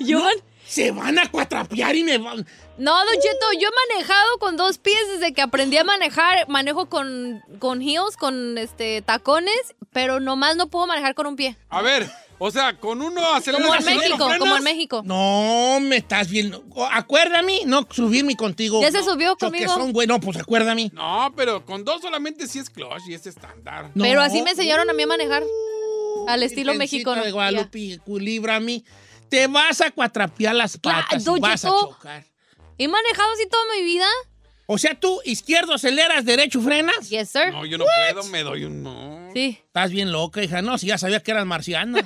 ¿John?
Se van a cuatrapear y me van...
No, Don Cheto, yo he manejado con dos pies desde que aprendí a manejar. Manejo con, con heels, con este tacones, pero nomás no puedo manejar con un pie.
A ver, o sea, con uno aceleras
Como en
y con otro
México,
frenas.
como en México.
No, me estás viendo. O- Acuérdame, no subirme contigo.
Ya se subió
No, yo
conmigo.
Que son, güey. No, pues acuérdame.
No, pero con dos solamente sí es clutch y es estándar.
Pero así me enseñaron a mí a manejar. Al estilo
Virgencita
mexicano.
de Guadalupe, cu- líbrame. Te vas a cuatrapear las patas
Don
y vas a
Cheto.
chocar.
He manejado así toda mi vida.
O sea, tú, izquierdo aceleras, derecho frenas.
Yes, sir.
No, yo no puedo, me doy un no.
Sí.
Estás bien loca, hija. No, si ya sabía que eras marciana.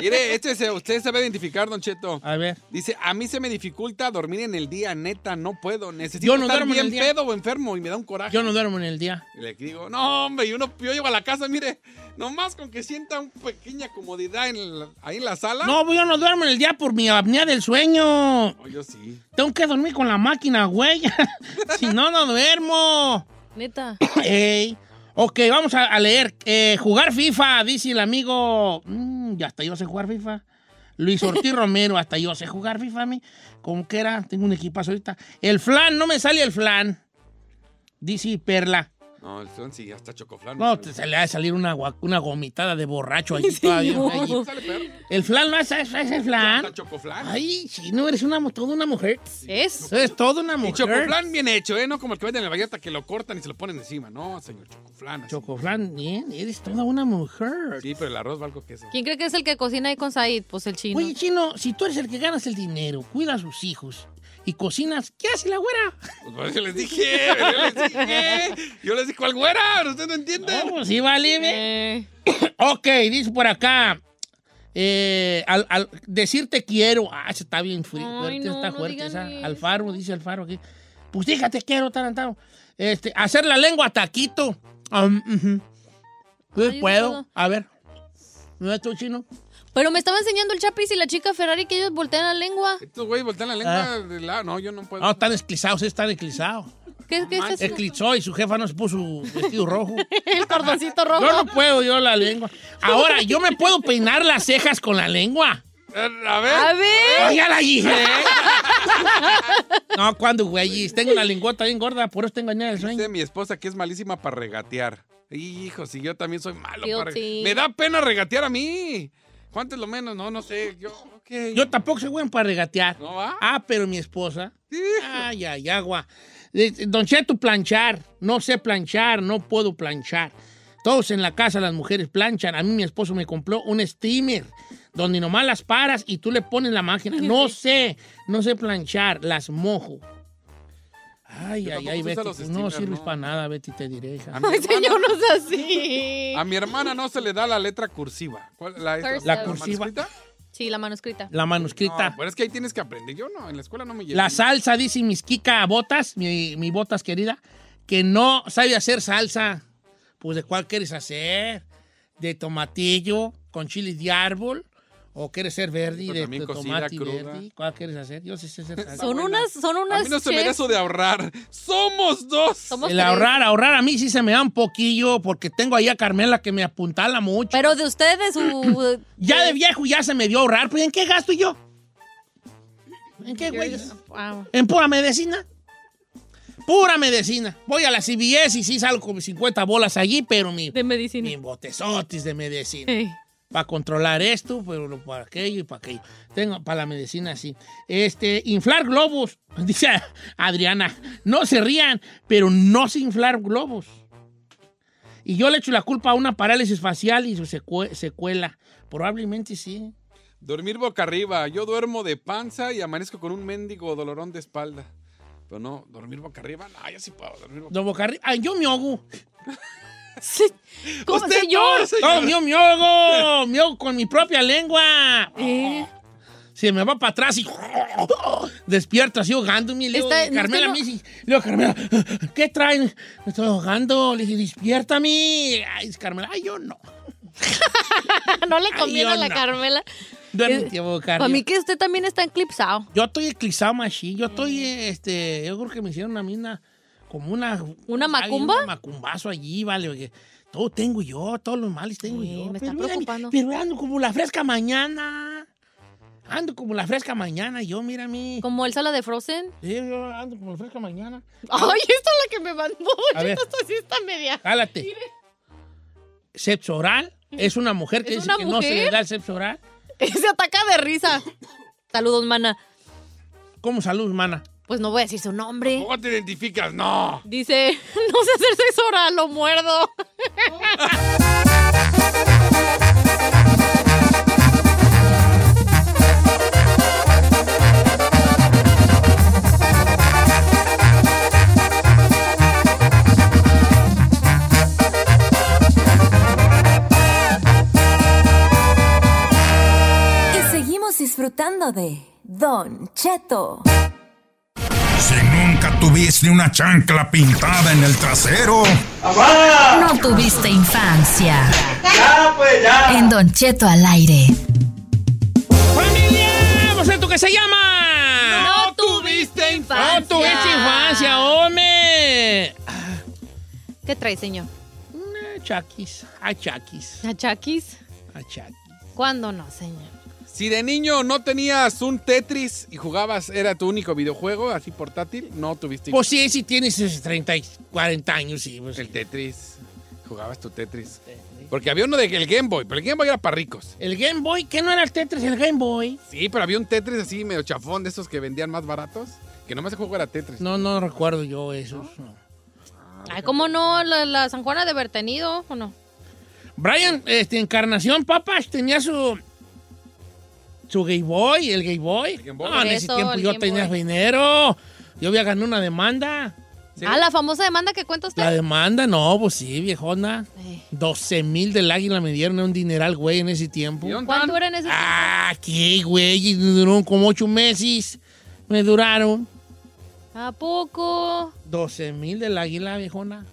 Mire, este se, usted sabe identificar, Don Cheto.
A ver.
Dice, a mí se me dificulta dormir en el día, neta, no puedo. Necesito
Yo no
estar
duermo en
bien
el día.
pedo o enfermo y me da un coraje.
Yo no duermo en el día.
Y le digo, no, hombre, y uno, yo llego a la casa, mire, nomás con que sienta una pequeña comodidad en la- ahí en la sala.
No, pues yo no duermo en el día por mi apnea del sueño.
No, yo sí.
Tengo que dormir con la máquina, güey. si no, no duermo.
Neta.
Ey. Ok, vamos a, a leer. Eh, jugar FIFA, dice el amigo. Mm, ya hasta yo sé jugar FIFA. Luis Ortiz Romero, hasta yo sé jugar FIFA a mí. ¿Cómo que era? Tengo un equipazo ahorita. El flan, no me sale el flan. Dice Perla.
No, el son sí, hasta chocoflán.
No, te- se le ha de salir una, gua- una gomitada de borracho ahí todavía. ahí.
Sale peor.
El flan no es, es- es el flan.
Hasta chocoflán.
Ay, si no eres una, mu- toda una mujer.
Es.
Eres toda una
Y
mujer.
chocoflán bien hecho, ¿eh? No como el que venden en la galleta que lo cortan y se lo ponen encima. No, señor, chocoflán. así.
Chocoflan, bien, eres toda una mujer.
Sí, pero el arroz va algo queso.
¿Quién cree que es el que cocina ahí con Said? Pues el chino.
Oye, chino, si tú eres el que ganas el dinero, cuida a sus hijos y cocinas, ¿qué hace la güera?
Pues, pues, yo les dije, yo les dije. Yo les dije, ¿cuál güera? ¿Ustedes no entienden?
Pues sí, vale, ve.
Eh.
Ok, dice por acá. eh, al, al decir te quiero. Ah, eso está bien frío.
Ay,
fuerte,
no,
está
no
fuerte
digan
esa.
eso.
Alfaro, dice Alfaro aquí. Pues dígate quiero, tarantado. Este, hacer la lengua taquito. Um, ujú. Sí,
Ay,
puedo.
yo puedo.
A ver. ¿No es tu chino?
Pero me estaba enseñando el Chapis y la chica Ferrari que ellos voltean la lengua.
Estos güeyes voltean la
Ah.
lengua de lado. No, yo no puedo.
No, están esclizados, están esclizados.
¿Qué, qué es eso?
Eclipsó y su jefa no se puso vestido rojo.
El cordoncito rojo.
Yo no puedo, yo la lengua. Ahora, yo me puedo peinar las cejas con la lengua.
Eh, A ver.
A ver.
Ay, ya la dije. ¿eh? No, cuando, güey, tengo la lingüota bien gorda, por eso tengo añada el sueño.
Dice mi esposa que es malísima para regatear. Hijo, si yo también soy malo para
Guilty.
Me da pena regatear a mí. ¿Cuánto es lo menos? No, no sé. Yo, ok.
Yo tampoco soy bueno para regatear.
¿No va?
Ah, pero mi esposa. Ay, ay, agua. Eh, Don Cheto, planchar. No sé planchar, no puedo planchar. Todos en la casa las mujeres planchan. A mí mi esposo me compró un steamer donde nomás las paras y tú le pones la máquina. No sé, no sé planchar, las mojo. Ay,
Yo
ay,
tampoco
ay,
sé
Betty. pues,
usar los
no
steamers,
sirves
no.
para nada, Betty, te diré, hija.
A mi, hermana,
Señor, no es así.
a mi hermana no se le da la letra cursiva. ¿Cuál, la, esta-
Cursive.
La cursiva.
manuscrita?
Sí, la manuscrita.
La manuscrita.
No, pero es que ahí tienes que aprender. Yo no, en la escuela no me llevo.
La salsa, dice mis Kika Botas, mi, mi Botas querida, que no sabe hacer salsa. Pues, ¿de cuál quieres hacer? ¿De tomatillo con chiles de árbol? ¿O quieres ser verde
Pero
de
también
de
cocida
tomate
cruda.
verdi? ¿Cuál quieres hacer? Yo sí sé hacer
Son unas, son unas.
A mí no se me
chefs-
da eso de ahorrar. Somos dos.
El ahorrar, ahorrar a mí sí se me da un poquillo porque tengo ahí a Carmela que me apuntala mucho. Pero
de uh, eh, usted, de su...
ya de viejo ya se me dio ahorrar. Pues, ¿En qué gasto yo? ¿En qué, güey? Ah. En pura medicina. Pura medicina. Voy a la CBS y sí salgo con mis 50 bolas allí, pero mi... De
medicina.
Mi botezotis de medicina. Para controlar esto, pero para aquello y para aquello. Tengo para la medicina, sí. Este, inflar globos, dice Adriana. No se rían, pero no se inflar globos. Y yo le echo la culpa a una parálisis facial y su secue- secuela. Probablemente sí.
Dormir boca arriba. Yo duermo de panza y amanezco con un mendigo dolorón de espalda. Pero no, dormir boca arriba, no, yo sí puedo dormir boca
No, boca arriba. Ay, yo me ahogo.
¿Cómo, Usted señor? no, señor.
No, yo me ahogo. Me ahogo con mi propia lengua.
¿Eh?
Se me va para atrás y despierto así ahogándome. y Le digo,
Está- no,
Carmela,
usted no-
me dice, le digo, Carmela, ¿qué traen? Me estoy ahogando. Le dije, despiértame. Ay, dice Carmela, ay, yo no.
no le
Ay,
conviene
yo
a la
no.
Carmela.
Duérmete, boca
A
arriba.
mí que usted también está eclipsado.
Yo estoy eclipsado, machi. Yo estoy,
Mm.
este, yo creo que me hicieron a mí una, como una... ¿Una
macumba?
Un macumbazo allí, vale, porque todo tengo yo, todos los males tengo yo.
me está
pero,
preocupando.
Mira, pero ando como la fresca mañana. Ando como la fresca mañana, yo, mira a mí.
Como el sala de Frozen.
Sí, yo ando como la fresca mañana.
Ay, esta es la que me mandó.
A ver.
Esta sí está media.
Jálate. Sexo oral. Es una mujer que
¿Es
dice
una
que no se le
mujer?
da el sexo oral.
Se ataca de risa. Saludos, mana.
¿Cómo salud, mana?
Pues no voy a decir su nombre.
¿Cómo te identificas? No.
Dice, no sé hacer sexo oral, lo muerdo.
Y seguimos disfrutando de Don Cheto.
Si nunca tuviste una chancla pintada en el trasero,
No tuviste infancia.
Ya, pues, ya.
En Don Cheto al aire.
¡Vamos a tu que se llama!
No tuviste infancia.
¡No tuviste Ah, infancia, hombre!
Eh, ¿Qué trae, señor?
Chaquis. A Chaquis.
¿A Chaquis?
A Chaquis.
¿Cuándo no, señor?
Si de niño no tenías un Tetris y jugabas, era tu único videojuego, así portátil, no tuviste.
Pues sí, si tienes esos 30 y 40 años, sí. Pues
el Tetris. Jugabas tu Tetris. Porque había uno del Game Boy, pero el Game Boy era para ricos.
¿El Game Boy? ¿Qué no era el Tetris? ¿El Game Boy?
Sí, pero había un Tetris así medio chafón de esos que vendían más baratos, que nomás el juego era Tetris.
No, no recuerdo yo eso.
Ay, ¿cómo no? La, la San Juana de Bertenido, ¿o no?
Brian, este, Encarnación Papas tenía su. Su Game Boy, el Game Boy.
Boy.
No, en
Por
ese
eso,
tiempo
el
yo
Game
tenía
Boy.
dinero. Yo había ganado una demanda.
Ah, la famosa demanda que cuenta usted.
La demanda, no, pues sí, viejona. 12 mil del águila me dieron un dineral, güey, en ese tiempo.
¿Cuánto era en ese
Ah, qué, güey, y duraron como 8 meses. Me duraron
¿A poco?
12 mil del águila, viejona.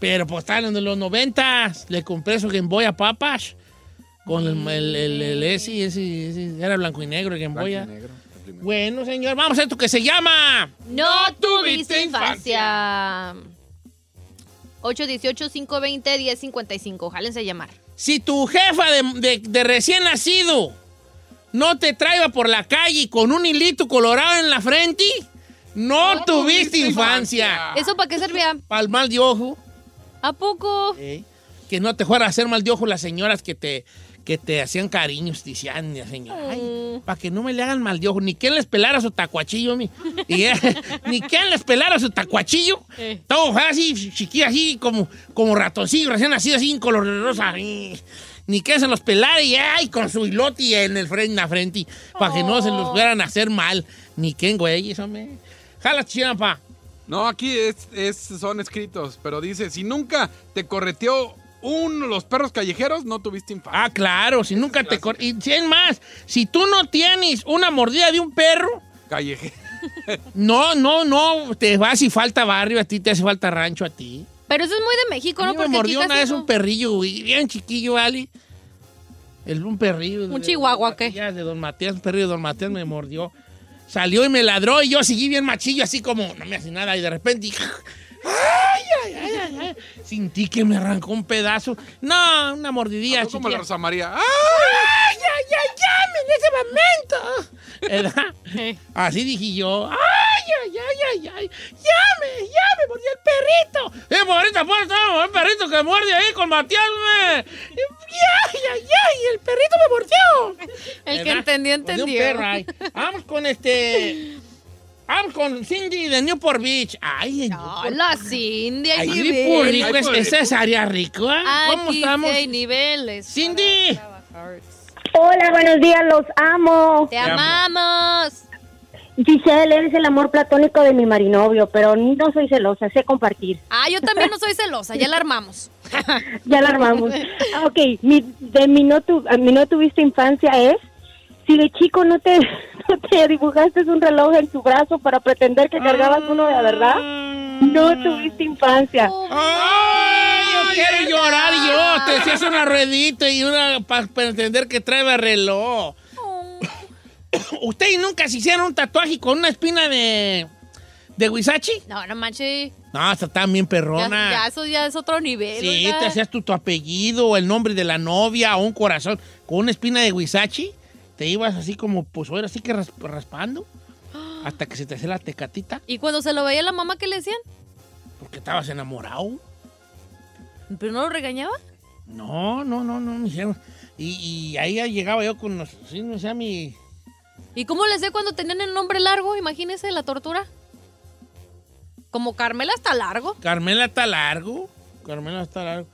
Pero pues estaban en los 90 Le compré su Game Boy a papas. Con el, el, el- el- ese, ese, ese. Era blanco y negro el Game Boy. ah. Bueno, señor, vamos a esto que se llama.
No tuviste infancia. 818-520-1055. Jálense a llamar.
Si tu jefa de, de- de recién nacido no te traiga por la calle con un hilito colorado en la frente, no, tuviste, infancia.
¿Eso para qué servía?
Para el mal de ojo.
¿A poco?
¿eh? Que no te fuera a hacer mal de ojo las señoras que te, que te hacían cariños, te decían, "Ay, señora. Para que no me le hagan mal de ojo. Ni quien les pelara su tacuachillo, mi. Y, eh, ni quien les pelara su tacuachillo.
Eh.
Todo fue así, chiquilla, así, como, como ratoncillo, recién nacido, así, en color de rosa. Ay, Ni que se los pelara y ay, con su hilote en el frente, en la frente. Para que no se los fueran a hacer mal. Ni quien, güey, eso me. Jala, chinampa.
No, aquí es, es- son escritos, pero dice, si nunca te correteó uno de los perros callejeros, no tuviste infancia.
Ah, claro, si nunca te cor- Y si es más, si tú no tienes una mordida de un perro,
Callejero.
no, no, no, te vas y falta barrio a ti, te hace falta rancho a ti.
Pero eso es muy de México,
A
¿no?
mí me
Porque aquí
mordió una
casi
vez
no.
un perrillo, güey, bien chiquillo, Ali. El, un perrillo.
Un chihuahua, ¿qué?
de Don Matías, un perrillo de Don Matías me mordió. Salió y me ladró y yo seguí bien machillo, así como, no me hace nada. Y de repente, ¡ay, ay, ay, ay, ay! Sentí que me arrancó un pedazo. No, una mordidilla.
Habló como la
chiquilla.
Rosa María. ¡Ah!
¡Ay, ay, ay, ay! ¡En ese momento! ¿Verdad? Así dije yo. ¡Ay, ay, ay, ay, ay! ¡Llame, llame! ¡Mordió el perrito! ¡Eh, morita, por favor! ¡El perrito que muerde ahí con Matías! me- ¡Ay, ay, ay! ¡El perrito me mordió!
El que
¿Verdad?
entendió,
Mordió un
entendió.
perro ahí. Vamos con este... Vamos con Cindy de Newport Beach. ¡Ay, en Newport
Hola, Cindy. hay
Ay, Newport
niveles.
Rico, es, esa es área rico, ¿eh? ¿Cómo
Aquí
estamos?
sí hay niveles.
¡Cindy!
Hola, buenos días, los amo.
¡Te amamos!
Giselle, eres el amor platónico de mi marinovio, pero no soy celosa, sé compartir.
Ah, yo también no soy celosa, ya la armamos.
Ya la armamos. Ah, ok, mi, de mi no, tu- a mi no tuviste infancia es, si de chico no te, no te dibujaste un reloj en tu brazo para pretender que cargabas uno de la verdad,
Mm.
no tuviste infancia.
Oh.
¡Ay, yo quiero llorar yo! Te decías una ruedita y una para entender que trae reloj.
Oh.
¿Ustedes nunca se hicieron un tatuaje con una espina de, de huizachi?
No, no manches.
No, está tan bien
Ya,
perrona.
ya eso ya es otro nivel.
sí,
oiga.
te hacías tu, tu apellido, o el nombre de la novia o un corazón con una espina de huizachi. Te ibas así como, pues, ahora sí que ras- raspando hasta que se te hacía la tecatita
Y cuando se lo veía la mamá, ¿qué le decían?
porque estabas enamorado.
¿Pero no lo regañaba?
No, no, no, no me hicieron. Y, y ahí ya llegaba yo con los. Sí, no sé, mi.
¿Y cómo les sé cuando tenían el nombre largo? Imagínense la tortura. Como Carmela está largo.
Carmela está largo. Carmela está largo.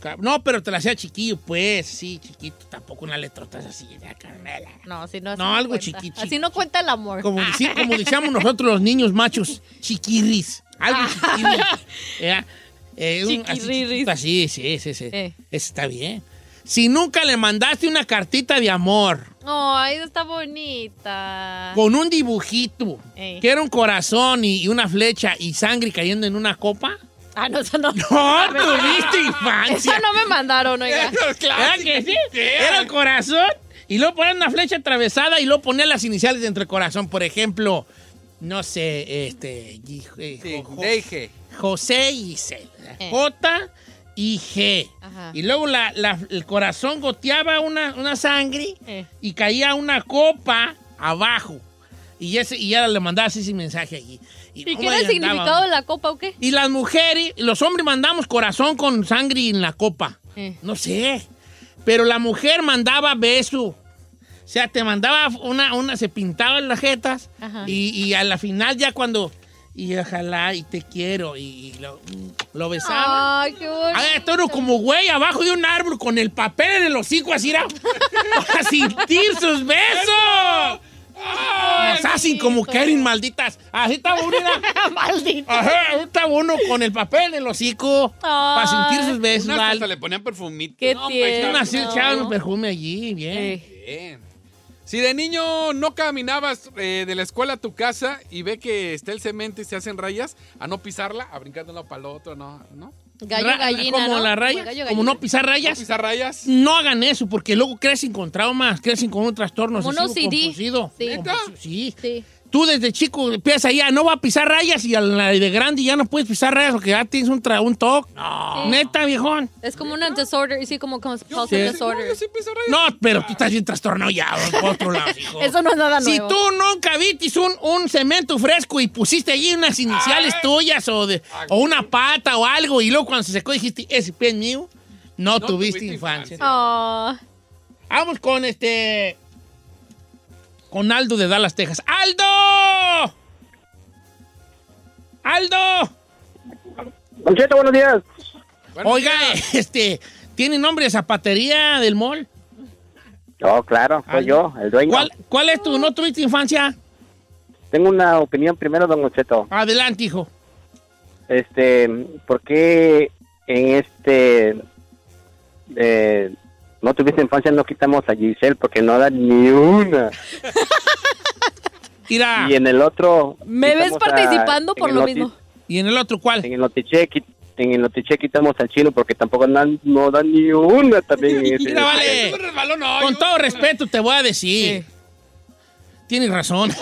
Ca- No, pero te la hacía chiquillo, pues. Sí, chiquito. Tampoco una letrota así de Carmela.
No, así no. así
No, algo
cuenta.
chiquichi-
Así no cuenta el amor.
Como, dici- como decíamos nosotros los niños machos, chiquirris. Algo chiquirris. Era, eh, un- así
Chiquirris.
chiquito, así, sí, sí, sí.
Eh.
Eso está bien. Si nunca le mandaste una cartita de amor
Ay, está bonita.
con un dibujito,
Eh.
que era un corazón y, y una flecha y sangre cayendo en una copa.
Ah, no, eso no.
No, tuviste infancia.
Esa no me mandaron, oiga.
¿Verdad que sí? Era el corazón. Y luego ponían una flecha atravesada y luego ponían las iniciales dentro del corazón. Por ejemplo, no sé, este. y- eh, jo- jo- José y C.
Eh.
J y G.
Ajá.
Y luego la- la- el corazón goteaba una, una sangre
Eh.
y caía una copa abajo. Y, ese, y ahora le mandabas ese mensaje allí.
¿Y qué
cómo
era el
ahí
significado
andaban.
de la copa o qué?
Y las mujeres, los hombres mandamos corazón con sangre en la copa.
Eh.
No sé. Pero la mujer mandaba beso. O sea, te mandaba una, una, se pintaban las jetas
Ajá.
y, y a la final ya cuando, y ojalá, y te quiero, y, y lo, lo besaba.
Ay, qué bonito.
Ah, esto era como güey abajo de un árbol con el papel en el hocico así, era, para sentir sus besos. Nos hacen como Karen, malditas. Así estaba uno, era.
Maldita.
Ajá, estaba uno con el papel en el hocico para sentir sus besos.
Unas
¿vale?
hasta le ponían perfumito.
Qué
No, pues,
tierno.
Una así echaban un perfume allí, bien.
Eh.
Bien. Si de niño no caminabas eh, de la escuela a tu casa y ve que está el cemento y se hacen rayas, a no pisarla, a brincar de un lado para el otro, no, no.
Gallo,
Ra-
gallina,
como
¿no?
la raya,
Como gallo,
como no
gallina.
pisar
No
rayas.
pisar rayas.
No hagan eso porque luego crecen con traumas, crecen con un trastorno
Como un
obsesivo
OCD.
compulsivo.
Sí.
Compulsivo, Sí.
Sí.
Tú desde chico empiezas ya, no va a pisar rayas y a la de grande ya no puedes pisar rayas porque ya tienes un, tra- un toque. No.
Sí.
Neta, viejón.
Es como una disorder, sí, como compulsive
sé.
disorder.
Yo sí piso rayas.
No, pero tú estás bien trastornado ya, por otro lado, hijo.
Eso no es nada
Si
nuevo.
tú nunca viste un, un cemento fresco y pusiste allí unas iniciales tuyas o, de, o una pata o algo y luego cuando se secó dijiste, ese pie es mío, no, tuviste, infancia.
Oh,
Vamos con este... Con Aldo de Dallas, Texas. ¡Aldo! ¡Aldo!
Don Cheto, buenos días.
Oiga, este... ¿Tiene nombre de zapatería del mall?
Oh, claro, soy yo, el dueño.
¿Cuál, ¿Cuál es tu no tuviste infancia?
Tengo una opinión primero, don Cheto.
Adelante, hijo.
Este, ¿por qué en este eh, no tuviste infancia no quitamos a Giselle porque no da ni una?
Mira.
Y en el otro
¿Me ves
quitamos a-
participando por
en el
lo
noti-
mismo?
¿Y en el otro cuál?
En el notiche qui-
en el Notiche quitamos al chino porque tampoco dan- no dan ni una también. en ese-
Mira, vale. Con todo respeto te voy a decir. Tienes razón.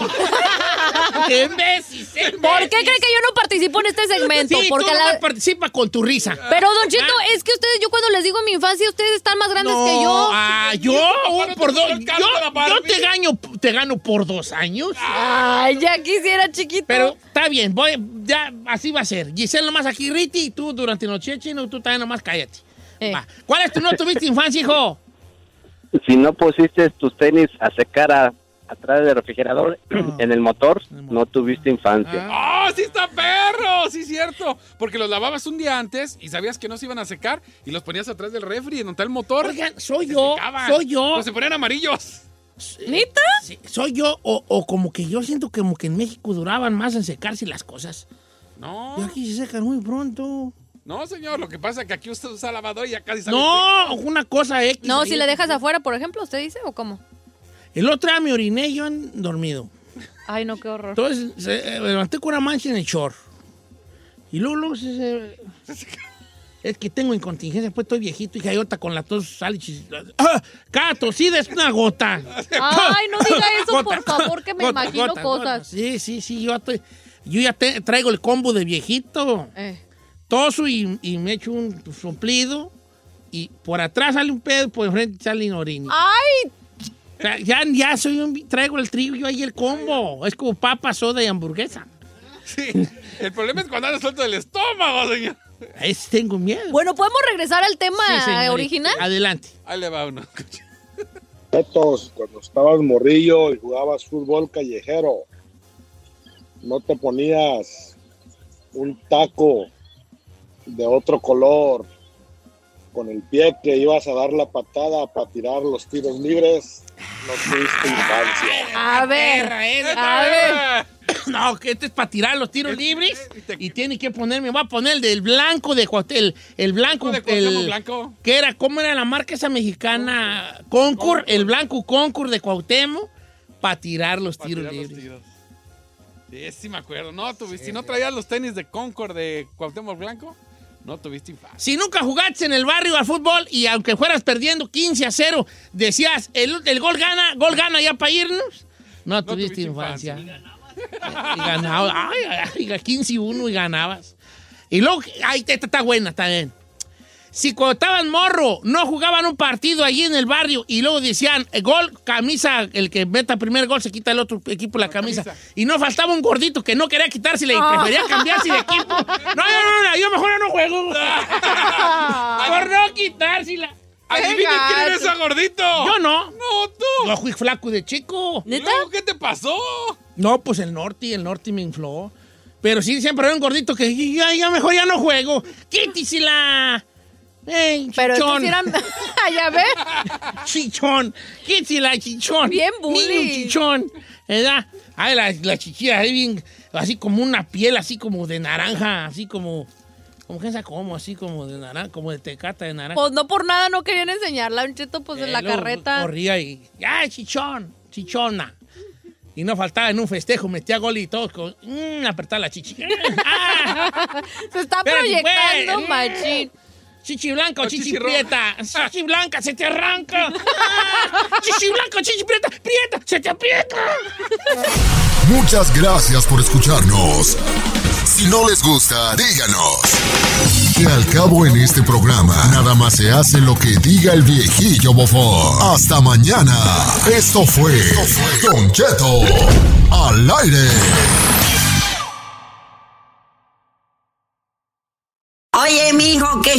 ¡Qué imbécil!
¿Por qué cree que yo no participo en este segmento?
Sí, Ah.
Porque
tú
la-
nomás participa con tu risa.
Pero, Don Cheto, es que ustedes, yo cuando les digo mi infancia, ustedes están más grandes que yo.
Ah, yo, un por dos. Yo, yo te, gano, te gano por dos años.
Ay, ya quisiera, chiquito.
Pero está bien, voy, ya así va a ser. Giselle nomás aquí, Riti, y tú durante noche chino, tú también nomás cállate. Va. ¿Cuál es tu no tuviste infancia, hijo?
Si no pusiste tus tenis a secar a- atrás del refrigerador, Ah. en el motor, Ah. no tuviste infancia.
¡Oh, sí está perro! Sí, cierto. Porque los lavabas un día antes y sabías que no se iban a secar y los ponías atrás del refri en donde está el motor.
Oigan, soy yo, soy yo.
se ponían amarillos.
¿Nita?
¿Soy yo o, o como que yo siento como que en México duraban más en secarse las cosas?
No.
Yo aquí se secan muy pronto.
No, señor, lo que pasa es que aquí usted usa lavadora y ya casi sale.
No, una cosa X.
No,
ahí.
si la dejas afuera, por ejemplo, ¿usted dice o cómo?
El otro día me oriné yo en- dormido.
Ay, no, qué horror.
Entonces se- eh, me levanté con una mancha en el short. Y luego, luego se- se- es que tengo incontingencia, pues estoy viejito y otra con la tos sale chis- ¡Ah! Cada tosida es una gota.
Ay, no diga eso,
Gota,
por favor, que me
gota,
imagino
gota, gota.
cosas.
Sí, sí, sí, yo, estoy- yo ya te- traigo el combo de viejito.
Eh.
Toso y, y me echo un soplido y por atrás sale un pedo, por enfrente sale una orina.
¡Ay!
O sea, Ya, ya soy un, traigo el trigo yo ahí el combo. Es como papa, soda y hamburguesa.
Sí. El problema es cuando andas suelto del estómago, señor.
Es, tengo miedo.
Bueno, ¿podemos regresar al tema
Sí, señorita.
Ah, original?
Adelante.
Ahí le va uno.
Betos, cuando estabas morrillo y jugabas fútbol callejero, no te ponías un taco de otro color con el pie que ibas a dar la patada para tirar los tiros libres, no tuviste infancia.
A ver,
Perra, ¿eh?
a ver.
No, que este es para tirar los tiros libres y tiene que ponerme, va a poner el del blanco de Cuauhtémoc, el, el blanco,
de Cuauhtémoc
el
Blanco.
que era, ¿cómo era la marca esa mexicana? Concur, el blanco Concur de Cuauhtémoc para tirar los tiros libres.
Sí, sí me acuerdo. No, tuviste, si no traías los tenis de Concord de Cuauhtémoc Blanco, no tuviste infancia.
Si nunca jugaste en el barrio al fútbol y aunque fueras perdiendo 15 a 0, decías, el, el gol gana, gol gana ya para irnos, no, tuviste, infancia. Y ganabas. Ay, ay, ay, 15 y 1 y ganabas. Y luego, ahí está, está buena, está bien. Si cuando estaban morro, no jugaban un partido allí en el barrio y luego decían, eh, gol, camisa, el que meta primer gol se quita el otro equipo la camisa. Y no faltaba un gordito que no quería quitarse y
Ah.
prefería cambiarse de equipo. No, no, no, no, yo mejor ya no juego. Por no quitársela.
Adivinen quién era ese gordito.
Yo no.
No, tú.
Yo fui flaco de chico.
¿Neta? ¿Qué te pasó?
No, pues el norte, el norte me infló. Pero sí, siempre era un gordito que ya, ya mejor ya no juego. ¡Quítisela! ¡Ey,
Pero estos
chichón!
eran... ya ve.
¡Chichón! ¡Quítisela, chichón!
Bien bully.
bullying. chichón! ¿Verdad? Ay, la, la chichilla, ahí bien, así como una piel, así como de naranja, así como... ¿Cómo que esa como? Así como de naranja, como de tecata de naranja.
Pues no por nada no querían enseñarla, un cheto, pues en
Eh,
la
luego
carreta.
Corría y, ¡ay, chichón! ¡Chichona! Y no faltaba en un festejo, metía gol y todo, con, mm, apretar la chichi.
Se está
Espérate,
proyectando,
pues.
machín.
Chichi blanca o
O
chichi,
chichi roja.
prieta. Chichi blanca, se te arranca. Ah, chichi blanca o chichi prieta. Prieta, se te aprieta.
Muchas gracias por escucharnos. Si no les gusta, díganos. Que al cabo en este programa, nada más se hace lo que diga el viejillo bofón. Hasta mañana. Esto fue Don Cheto al aire.
Oye, mijo, ¿qué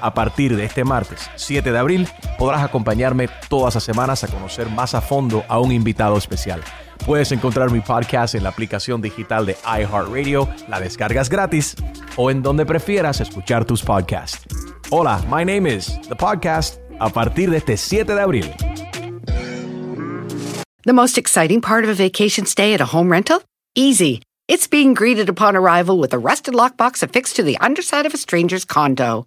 A partir de este martes 7 de abril podrás acompañarme todas las semanas a conocer más a fondo a un invitado especial. Puedes encontrar mi podcast en la aplicación digital de iHeartRadio, la descargas gratis o en donde prefieras escuchar tus podcasts. Hola, my name is The Podcast a partir de este 7 de abril.
The most exciting part of a vacation stay at a home rental? Easy. It's being greeted upon arrival with a rusted lockbox affixed to the underside of a stranger's condo.